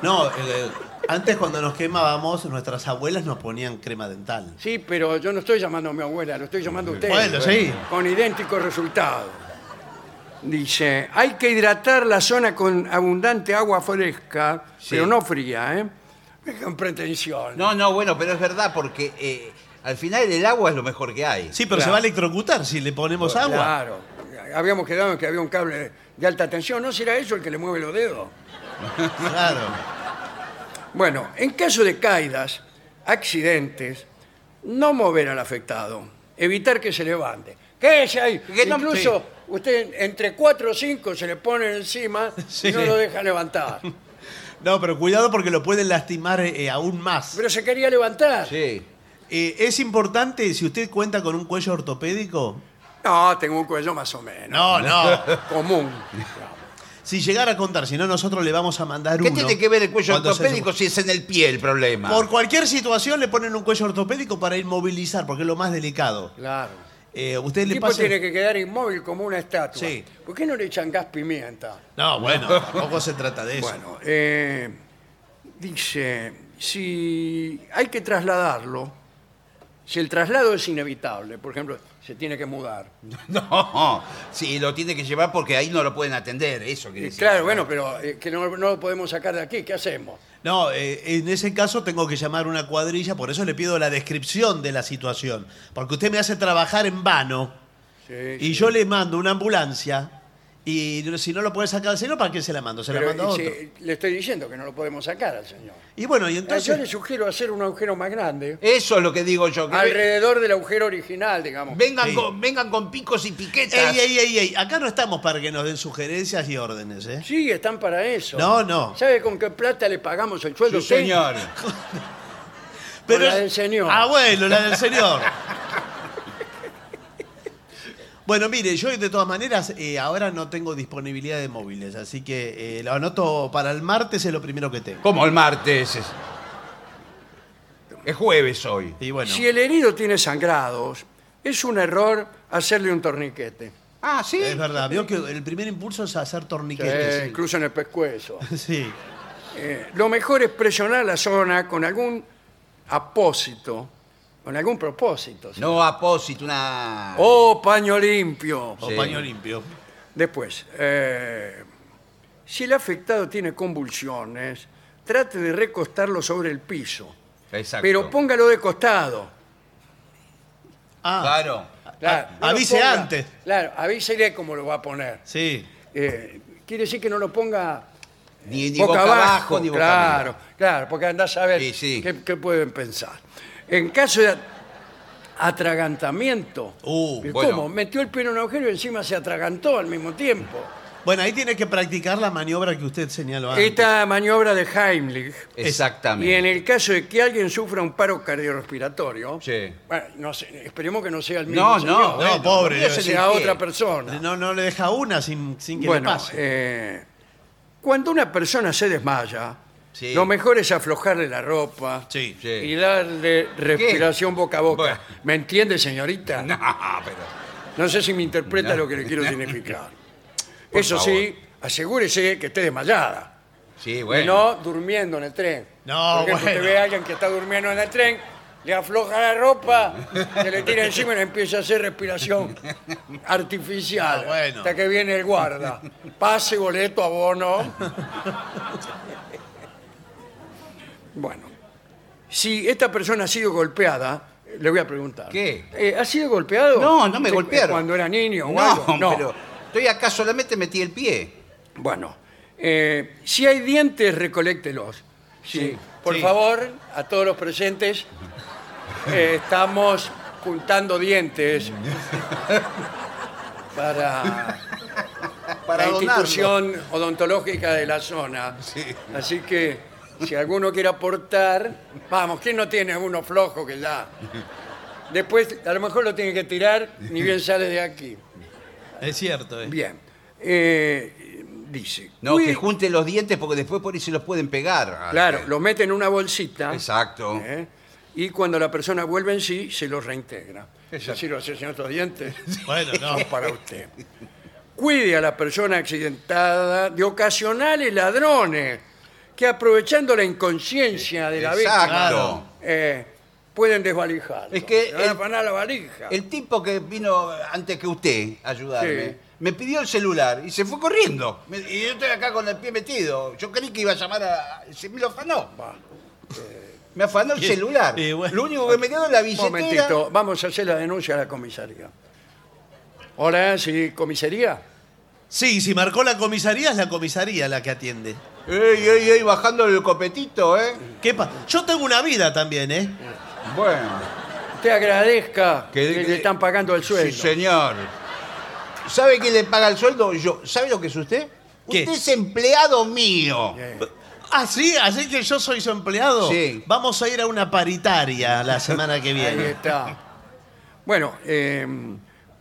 [SPEAKER 3] No, eh, antes cuando nos quemábamos, nuestras abuelas nos ponían crema dental.
[SPEAKER 1] Sí, pero yo no estoy llamando a mi abuela, lo estoy llamando a usted.
[SPEAKER 3] Bueno, sí.
[SPEAKER 1] Con idéntico resultado. Dice, hay que hidratar la zona con abundante agua fresca, pero no fría, ¿eh? Es con pretensión.
[SPEAKER 2] No, no, bueno, pero es verdad, porque eh, al final el agua es lo mejor que hay.
[SPEAKER 3] Sí, pero se
[SPEAKER 1] Claro.
[SPEAKER 3] va a electrocutar si le ponemos agua.
[SPEAKER 1] Claro. Habíamos quedado en que había un cable de alta tensión. ¿No será eso el que le mueve los dedos?
[SPEAKER 3] Claro.
[SPEAKER 1] Bueno, en caso de caídas, accidentes, no mover al afectado. Evitar que se levante. ¿Qué si hay?
[SPEAKER 2] Que no-
[SPEAKER 1] Incluso usted entre cuatro o cinco se le pone
[SPEAKER 3] [LAUGHS]
[SPEAKER 1] encima
[SPEAKER 3] Sí.
[SPEAKER 1] y no lo deja levantar.
[SPEAKER 3] No, pero cuidado porque lo pueden lastimar eh, aún más.
[SPEAKER 1] Pero se quería levantar.
[SPEAKER 2] Sí.
[SPEAKER 3] Eh, es importante si usted cuenta con un cuello ortopédico.
[SPEAKER 1] No, tengo un cuello más o menos.
[SPEAKER 2] [LAUGHS]
[SPEAKER 3] No, no.
[SPEAKER 1] Común.
[SPEAKER 3] si llegara a contar, si no, nosotros le vamos a mandar
[SPEAKER 2] ¿Qué
[SPEAKER 3] uno.
[SPEAKER 2] tiene que ver el cuello
[SPEAKER 3] cuando se-
[SPEAKER 2] ortopédico si es en el pie el problema? [LAUGHS]
[SPEAKER 3] Por cualquier situación le ponen un cuello ortopédico para inmovilizar, porque es lo más delicado.
[SPEAKER 1] Claro.
[SPEAKER 3] Eh, usted
[SPEAKER 1] El
[SPEAKER 3] le
[SPEAKER 1] tipo
[SPEAKER 3] pasa.
[SPEAKER 1] tiene que quedar inmóvil como una estatua.
[SPEAKER 3] Sí.
[SPEAKER 1] ¿Por qué no le echan gas pimienta?
[SPEAKER 2] [LAUGHS]
[SPEAKER 3] No, bueno, tampoco se trata de eso.
[SPEAKER 1] Bueno, eh, dice, si hay que trasladarlo, si el traslado es inevitable, por ejemplo, se tiene que mudar.
[SPEAKER 2] No, sí, lo tiene que llevar porque ahí no lo pueden atender, eso quiere
[SPEAKER 1] Y
[SPEAKER 2] decir.
[SPEAKER 1] claro, bueno, pero eh, que no, no lo podemos sacar de aquí, ¿qué hacemos?
[SPEAKER 3] No, eh, en ese caso tengo que llamar una cuadrilla, por eso le pido la descripción de la situación. Porque usted me hace trabajar en vano
[SPEAKER 1] Sí,
[SPEAKER 3] y yo le mando una ambulancia Y si no lo puede sacar al señor, ¿para qué se la mando? Se la
[SPEAKER 1] Pero,
[SPEAKER 3] mando a otro.
[SPEAKER 1] eh, sí, le estoy diciendo que no lo podemos sacar al señor.
[SPEAKER 3] Y bueno, y
[SPEAKER 1] Entonces, yo le
[SPEAKER 3] entonces.
[SPEAKER 1] sugiero hacer un agujero más
[SPEAKER 3] Eh,
[SPEAKER 1] grande
[SPEAKER 2] Eso es lo que digo yo. que
[SPEAKER 1] alrededor del agujero original, digamos.
[SPEAKER 2] vengan,
[SPEAKER 3] Sí.
[SPEAKER 2] con, vengan con picos y piquetas.
[SPEAKER 3] Ey, ey, ey, ey, acá no estamos para que nos den sugerencias y órdenes, ¿eh?
[SPEAKER 1] Sí, están para eso.
[SPEAKER 3] No, no.
[SPEAKER 1] ¿Sabe con qué plata le pagamos el sueldo?
[SPEAKER 2] Sí,
[SPEAKER 1] a usted?
[SPEAKER 2] señor.
[SPEAKER 1] la del señor.
[SPEAKER 3] Ah, bueno, la del señor. Bueno, mire, yo de todas maneras eh, ahora no tengo disponibilidad de móviles, así que eh, lo anoto para el martes, es lo primero que tengo.
[SPEAKER 2] Como el martes. Es, es jueves hoy.
[SPEAKER 3] Y bueno,
[SPEAKER 1] Si el herido tiene sangrados, es un error hacerle un torniquete.
[SPEAKER 2] Ah, sí.
[SPEAKER 3] es verdad, veo que el primer impulso es hacer
[SPEAKER 1] Eh,
[SPEAKER 3] torniquetes.
[SPEAKER 1] Incluso en el pescuezo.
[SPEAKER 3] [LAUGHS] Sí.
[SPEAKER 1] Eh, lo mejor es presionar la zona con algún apósito, con algún propósito. ¿sí?
[SPEAKER 2] No apósito, una.
[SPEAKER 1] O paño limpio.
[SPEAKER 3] O
[SPEAKER 2] Sí.
[SPEAKER 3] paño limpio.
[SPEAKER 1] Después, eh, si el afectado tiene convulsiones, trate de recostarlo sobre el piso.
[SPEAKER 2] Exacto.
[SPEAKER 1] Pero póngalo de costado.
[SPEAKER 3] Ah,
[SPEAKER 2] Claro.
[SPEAKER 1] Claro, no lo
[SPEAKER 3] avise
[SPEAKER 1] ponga-
[SPEAKER 3] antes.
[SPEAKER 1] Claro, avísele cómo lo va a poner.
[SPEAKER 3] sí.
[SPEAKER 1] Eh, quiere decir que no lo ponga
[SPEAKER 2] Ni, ni
[SPEAKER 1] boca, abajo,
[SPEAKER 2] ni boca
[SPEAKER 1] claro,
[SPEAKER 2] arriba.
[SPEAKER 1] claro, porque andás a ver
[SPEAKER 2] Sí, sí.
[SPEAKER 1] Qué, qué pueden pensar. En caso de atragantamiento,
[SPEAKER 3] Uh,
[SPEAKER 1] ¿cómo?
[SPEAKER 2] bueno.
[SPEAKER 1] Metió el pie en un agujero y encima se atragantó al mismo tiempo.
[SPEAKER 3] Bueno, ahí tiene que practicar la maniobra que usted señaló
[SPEAKER 2] Ah.
[SPEAKER 3] antes.
[SPEAKER 1] Esta maniobra de Heimlich. Y
[SPEAKER 2] Exactamente.
[SPEAKER 1] en el caso de que alguien sufra un paro cardiorrespiratorio,
[SPEAKER 2] Sí.
[SPEAKER 1] bueno, no sé, esperemos que no sea el mismo
[SPEAKER 2] No,
[SPEAKER 1] señor, ¿eh?
[SPEAKER 2] no,
[SPEAKER 3] No, pobre,
[SPEAKER 1] que
[SPEAKER 3] debe
[SPEAKER 2] se
[SPEAKER 3] ser.
[SPEAKER 2] le
[SPEAKER 1] sea
[SPEAKER 2] quede.
[SPEAKER 1] otra persona.
[SPEAKER 3] No, no le deja una sin, sin que le
[SPEAKER 1] Bueno,
[SPEAKER 3] pase.
[SPEAKER 1] eh, cuando una persona se desmaya,
[SPEAKER 2] Sí.
[SPEAKER 1] lo mejor es aflojarle la ropa
[SPEAKER 3] Sí.
[SPEAKER 2] Sí.
[SPEAKER 1] y darle respiración boca a boca.
[SPEAKER 2] Bueno.
[SPEAKER 1] ¿Me entiende, señorita?
[SPEAKER 2] [LAUGHS] No, pero.
[SPEAKER 1] No sé si me interpreta
[SPEAKER 2] No.
[SPEAKER 1] lo que le quiero significar.
[SPEAKER 2] Por
[SPEAKER 1] Eso
[SPEAKER 2] favor.
[SPEAKER 1] sí, asegúrese que esté desmayada.
[SPEAKER 2] Sí,
[SPEAKER 1] Y no
[SPEAKER 2] bueno.
[SPEAKER 1] durmiendo en el tren.
[SPEAKER 3] No,
[SPEAKER 1] Por ejemplo,
[SPEAKER 3] bueno.
[SPEAKER 1] usted ve a alguien que está durmiendo en el tren, le afloja la ropa, se le tira encima y le empieza a hacer
[SPEAKER 2] [LAUGHS]
[SPEAKER 1] respiración artificial.
[SPEAKER 3] Ah, bueno.
[SPEAKER 1] Hasta que viene el guarda. Pase, boleto, abono. bueno, si esta persona ha sido golpeada, le voy a preguntar.
[SPEAKER 2] ¿Qué?
[SPEAKER 1] Eh, ¿Ha sido golpeado?
[SPEAKER 2] No, no me
[SPEAKER 1] ¿Usted,
[SPEAKER 2] golpearon.
[SPEAKER 1] ¿Cuando era niño o algo?
[SPEAKER 2] No, pero estoy acá solamente metí el pie.
[SPEAKER 1] Bueno, eh, si hay dientes, recoléctelos. Sí. Por
[SPEAKER 3] sí.
[SPEAKER 1] favor, a todos los presentes, eh, estamos juntando
[SPEAKER 2] [LAUGHS]
[SPEAKER 1] dientes para,
[SPEAKER 2] Para
[SPEAKER 1] la
[SPEAKER 2] donarlo.
[SPEAKER 1] institución odontológica de la zona. Así que, si alguno quiere aportar, vamos, ¿quién no tiene uno flojo que ya? Después, a lo mejor lo tiene que tirar, ni bien sale de aquí.
[SPEAKER 3] Es cierto. eh.
[SPEAKER 1] Bien. Eh, dice.
[SPEAKER 2] No,
[SPEAKER 1] "Cuide-
[SPEAKER 2] que junten los dientes porque después por ahí se los pueden pegar.
[SPEAKER 1] Claro,
[SPEAKER 2] Ah,
[SPEAKER 1] lo mete en una bolsita.
[SPEAKER 2] Exacto.
[SPEAKER 1] ¿eh? Y cuando la persona vuelve en sí, se los reintegra. Es
[SPEAKER 2] Exacto.
[SPEAKER 1] decir, los otros dientes
[SPEAKER 2] [LAUGHS]
[SPEAKER 3] Bueno, no.
[SPEAKER 1] [LAUGHS] son para usted. Cuide a la persona accidentada de ocasionales ladrones que aprovechando la inconsciencia de la
[SPEAKER 2] Exacto.
[SPEAKER 1] víctima eh, pueden desvalijar.
[SPEAKER 2] Es que
[SPEAKER 1] van a
[SPEAKER 2] el-
[SPEAKER 1] afanar la valija.
[SPEAKER 2] El tipo que vino antes que usted a ayudarme,
[SPEAKER 1] Sí.
[SPEAKER 2] me pidió el celular y se fue corriendo. Me- Y yo estoy acá con el pie metido. Yo creí que iba a llamar a... Se me lo afanó. Me afanó el
[SPEAKER 3] Y-
[SPEAKER 2] celular.
[SPEAKER 3] y bueno.
[SPEAKER 2] Lo único que me quedó es la
[SPEAKER 1] Un
[SPEAKER 2] billetera.
[SPEAKER 1] momentito, vamos a hacer la denuncia a la comisaría. Hola, sí, comisaría.
[SPEAKER 3] Sí, si marcó la comisaría, es la comisaría la que atiende.
[SPEAKER 2] Ey, ey, ey, bajando el copetito, ¿eh?
[SPEAKER 3] ¿Qué pasa? Yo tengo una vida también, ¿eh?
[SPEAKER 2] Bueno.
[SPEAKER 1] Te agradezca que,
[SPEAKER 2] Que- que-
[SPEAKER 1] le están pagando el sueldo.
[SPEAKER 2] Sí, señor. ¿Sabe quién le paga el sueldo? Yo. ¿Sabe lo que es usted?
[SPEAKER 3] ¿Qué?
[SPEAKER 2] Usted es empleado mío.
[SPEAKER 1] Eh,
[SPEAKER 3] Ah, sí, así que yo soy su empleado.
[SPEAKER 2] Sí.
[SPEAKER 3] Vamos a ir a una paritaria la semana que
[SPEAKER 1] Ahí
[SPEAKER 3] viene.
[SPEAKER 1] está. [LAUGHS] Bueno, eh,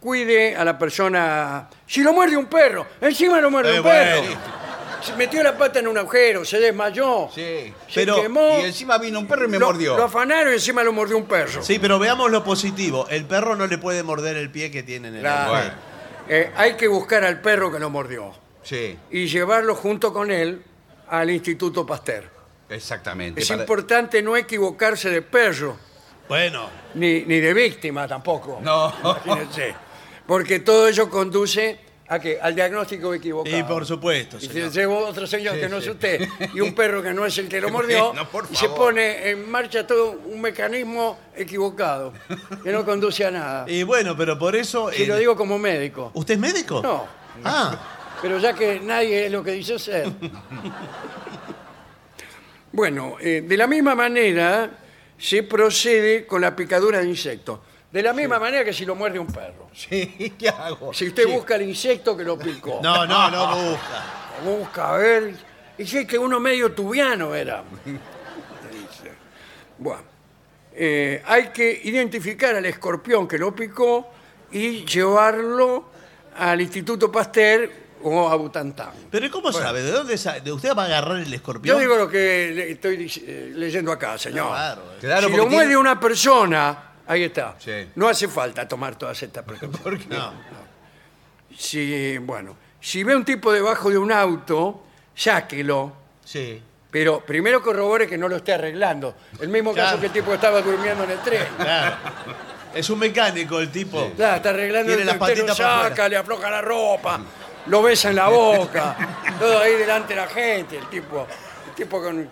[SPEAKER 1] cuide a la persona. Si lo muerde un perro, encima lo muerde
[SPEAKER 3] Eh,
[SPEAKER 1] un perro.
[SPEAKER 3] bueno.
[SPEAKER 1] Se metió la pata en un agujero, se desmayó.
[SPEAKER 2] Sí.
[SPEAKER 1] Se
[SPEAKER 3] Pero-
[SPEAKER 1] quemó.
[SPEAKER 2] Y encima vino un perro y me
[SPEAKER 1] lo,
[SPEAKER 2] mordió.
[SPEAKER 1] Lo afanaron y encima lo mordió un perro.
[SPEAKER 3] Sí, pero veamos lo positivo. El perro no le puede morder el pie que tiene en el
[SPEAKER 1] Claro.
[SPEAKER 3] agujero.
[SPEAKER 2] Bueno.
[SPEAKER 1] Eh, hay que buscar al perro que lo mordió
[SPEAKER 2] Sí,
[SPEAKER 1] y llevarlo junto con él al Instituto Pasteur.
[SPEAKER 2] exactamente.
[SPEAKER 1] Es
[SPEAKER 2] Para-
[SPEAKER 1] importante no equivocarse de perro.
[SPEAKER 3] Bueno,
[SPEAKER 1] ni, ni de víctima tampoco.
[SPEAKER 2] No.
[SPEAKER 1] Imagínense. Porque todo ello conduce a que al diagnóstico equivocado.
[SPEAKER 3] y por supuesto,
[SPEAKER 1] Y
[SPEAKER 3] señor.
[SPEAKER 1] se llevó otro señor que no es usted y un perro que no es el que
[SPEAKER 2] [LAUGHS]
[SPEAKER 1] lo mordió
[SPEAKER 2] Bueno, por
[SPEAKER 1] y se
[SPEAKER 2] favor.
[SPEAKER 1] pone en marcha todo un mecanismo equivocado que no
[SPEAKER 2] [LAUGHS]
[SPEAKER 1] conduce a nada.
[SPEAKER 3] Y bueno, pero por eso...
[SPEAKER 1] Y
[SPEAKER 3] eh,
[SPEAKER 1] lo digo como médico.
[SPEAKER 3] ¿Usted es médico?
[SPEAKER 1] No.
[SPEAKER 3] Ah,
[SPEAKER 1] pero ya que nadie es lo que dice
[SPEAKER 2] [LAUGHS]
[SPEAKER 1] ser. Bueno, eh, de la misma manera se procede con la picadura de insectos. De la misma manera que si lo muerde un perro.
[SPEAKER 2] [LAUGHS] Sí, ¿qué hago?
[SPEAKER 1] Si usted busca el insecto que lo picó,
[SPEAKER 3] No,
[SPEAKER 1] [LAUGHS]
[SPEAKER 3] no, no busca.
[SPEAKER 1] busca a ver. Y si es que uno medio tubiano era. Dice. Bueno, eh, hay que identificar al escorpión que lo picó y llevarlo al Instituto Pasteur o a Butantán.
[SPEAKER 3] Pero ¿cómo sabe? ¿De dónde sabe? ¿De usted va a agarrar el escorpión?
[SPEAKER 1] Yo digo lo que le- estoy dic- eh, leyendo acá, señor.
[SPEAKER 3] Claro.
[SPEAKER 2] Claro,
[SPEAKER 1] si
[SPEAKER 2] porque
[SPEAKER 1] lo muerde
[SPEAKER 2] tiene-
[SPEAKER 1] una persona, ahí está.
[SPEAKER 2] Sí.
[SPEAKER 1] No hace falta tomar todas estas precauciones.
[SPEAKER 3] No.
[SPEAKER 1] Si, bueno, si ve un tipo debajo de un auto, sáquelo.
[SPEAKER 3] Sí.
[SPEAKER 1] Pero primero corrobore que no lo esté arreglando. El mismo caso
[SPEAKER 3] Claro.
[SPEAKER 1] que el tipo estaba durmiendo en el tren.
[SPEAKER 3] Claro. Es un mecánico el tipo.
[SPEAKER 1] Claro, está arreglando
[SPEAKER 3] Tiene
[SPEAKER 1] el
[SPEAKER 3] las
[SPEAKER 1] tren, usted lo
[SPEAKER 3] patitas para
[SPEAKER 1] saca,
[SPEAKER 3] afuera.
[SPEAKER 1] le afloja la ropa, lo besa en la boca, todo ahí delante de la gente, el tipo, el tipo con,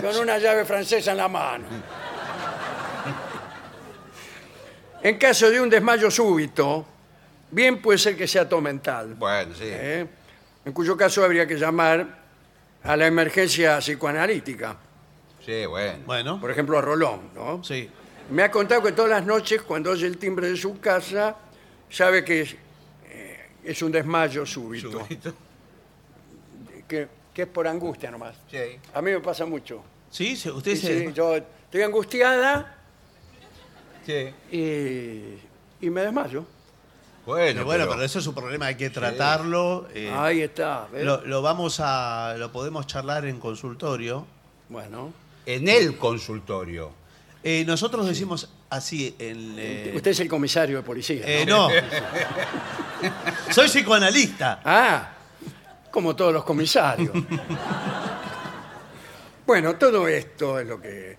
[SPEAKER 1] con una llave francesa en la mano. En caso de un desmayo súbito, bien puede ser que sea todo mental.
[SPEAKER 2] [LAUGHS] Bueno, sí.
[SPEAKER 1] ¿eh? En cuyo caso habría que llamar a la emergencia psicoanalítica,
[SPEAKER 2] Sí, bueno.
[SPEAKER 3] Bueno.
[SPEAKER 1] por ejemplo a Rolón, ¿no?
[SPEAKER 3] Sí.
[SPEAKER 1] Me ha contado que todas las noches, cuando oye el timbre de su casa, sabe que es, eh, es un desmayo súbito. Que, que es por angustia nomás.
[SPEAKER 2] Sí.
[SPEAKER 1] A mí me pasa mucho.
[SPEAKER 3] Sí, se- usted
[SPEAKER 1] Dice,
[SPEAKER 3] se.
[SPEAKER 1] yo estoy angustiada
[SPEAKER 2] Sí.
[SPEAKER 1] y, y me desmayo.
[SPEAKER 2] Bueno,
[SPEAKER 3] Pero Eh, bueno,
[SPEAKER 2] pero-
[SPEAKER 3] pero eso es un problema, hay que tratarlo. eh,
[SPEAKER 1] Ahí está. ¿ves?
[SPEAKER 3] lo, lo vamos a. lo podemos charlar en consultorio.
[SPEAKER 1] Bueno.
[SPEAKER 2] en el consultorio.
[SPEAKER 3] Eh, nosotros decimos así en. eh,
[SPEAKER 1] Usted es el comisario de policía.
[SPEAKER 3] eh,
[SPEAKER 1] ¿no?
[SPEAKER 3] no. [LAUGHS] Soy psicoanalista.
[SPEAKER 1] Ah, como todos los
[SPEAKER 3] [LAUGHS]
[SPEAKER 1] comisarios. bueno, todo esto es lo que...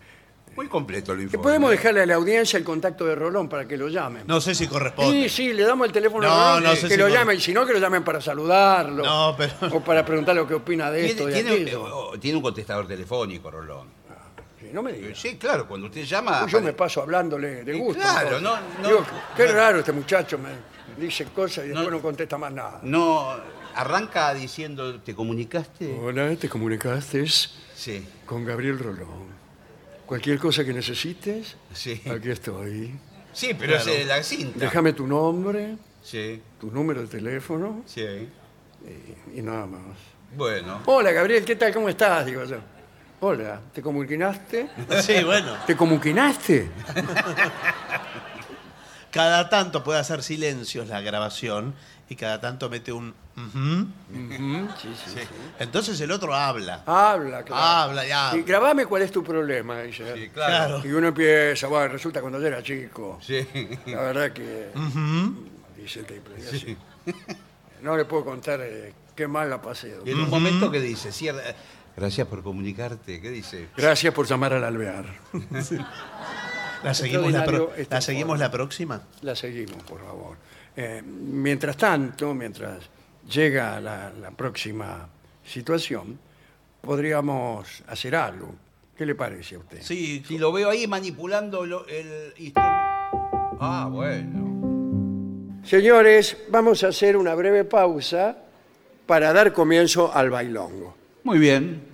[SPEAKER 2] Muy completo el
[SPEAKER 1] que
[SPEAKER 2] informe.
[SPEAKER 1] podemos dejarle a la audiencia el contacto de Rolón para que lo llamen.
[SPEAKER 3] No sé si
[SPEAKER 1] Sí,
[SPEAKER 3] corresponde.
[SPEAKER 1] sí, le damos el teléfono
[SPEAKER 3] No,
[SPEAKER 1] a Rolón,
[SPEAKER 3] no sé
[SPEAKER 1] que
[SPEAKER 3] si
[SPEAKER 1] lo
[SPEAKER 3] no-
[SPEAKER 1] llamen, si no, que lo llamen para saludarlo.
[SPEAKER 3] No, pero-
[SPEAKER 1] O para preguntarle lo que opina de
[SPEAKER 2] ¿Tiene,
[SPEAKER 1] esto y
[SPEAKER 2] tiene-
[SPEAKER 1] aquello.
[SPEAKER 2] oh, oh, tiene un contestador telefónico, Rolón.
[SPEAKER 1] Sí, no me digas.
[SPEAKER 2] Sí, claro, cuando usted llama.
[SPEAKER 1] Pues yo me paso hablándole de
[SPEAKER 2] Y
[SPEAKER 1] gusto.
[SPEAKER 2] claro,
[SPEAKER 1] entonces.
[SPEAKER 2] no- no-
[SPEAKER 1] Digo, qué
[SPEAKER 2] no.
[SPEAKER 1] raro este muchacho, me dice cosas y después no,
[SPEAKER 2] No.
[SPEAKER 1] contesta más nada.
[SPEAKER 2] No, arranca diciendo, ¿te comunicaste?
[SPEAKER 1] Hola, te comunicaste
[SPEAKER 2] Sí,
[SPEAKER 1] con Gabriel Rolón. Cualquier cosa que necesites,
[SPEAKER 2] sí.
[SPEAKER 1] aquí estoy.
[SPEAKER 2] Sí, pero
[SPEAKER 3] Claro.
[SPEAKER 2] es eh, la cinta.
[SPEAKER 1] Déjame tu nombre,
[SPEAKER 2] Sí,
[SPEAKER 1] tu número de teléfono
[SPEAKER 2] sí.
[SPEAKER 1] y nada más.
[SPEAKER 2] Bueno.
[SPEAKER 1] Hola, Gabriel, ¿qué tal? ¿Cómo estás? Digo yo. Hola, ¿te comunicaste?
[SPEAKER 3] [LAUGHS] Sí, bueno.
[SPEAKER 1] ¿Te comunicaste?
[SPEAKER 3] Cada tanto puede hacer silencios la grabación y cada tanto mete un. ujú.
[SPEAKER 1] Sí, sí, sí.
[SPEAKER 3] Entonces el otro habla.
[SPEAKER 1] Habla, claro.
[SPEAKER 3] Habla y habla.
[SPEAKER 1] Y grabame cuál es tu problema, dice.
[SPEAKER 2] Sí,
[SPEAKER 3] Claro.
[SPEAKER 2] claro.
[SPEAKER 1] Y uno empieza, bueno, resulta cuando yo era chico.
[SPEAKER 2] Sí.
[SPEAKER 1] La verdad que. Dice el tipo, y así. No le puedo contar eh, qué mal la pasé.
[SPEAKER 2] Y en un momento que dice, cierra. Gracias por comunicarte. ¿Qué dice?
[SPEAKER 1] Gracias por llamar al alvear.
[SPEAKER 3] La seguimos, la, pro-
[SPEAKER 1] Extraordinario este
[SPEAKER 3] la, seguimos
[SPEAKER 1] informe.
[SPEAKER 3] la próxima.
[SPEAKER 1] La seguimos, por favor. Eh, mientras tanto, mientras llega la, la próxima situación, podríamos hacer algo. ¿Qué le parece a usted?
[SPEAKER 3] Sí,
[SPEAKER 2] Si lo veo ahí manipulando lo- el instrumento. Ah, bueno.
[SPEAKER 1] Señores, vamos a hacer una breve pausa para dar comienzo al bailongo.
[SPEAKER 2] Muy bien.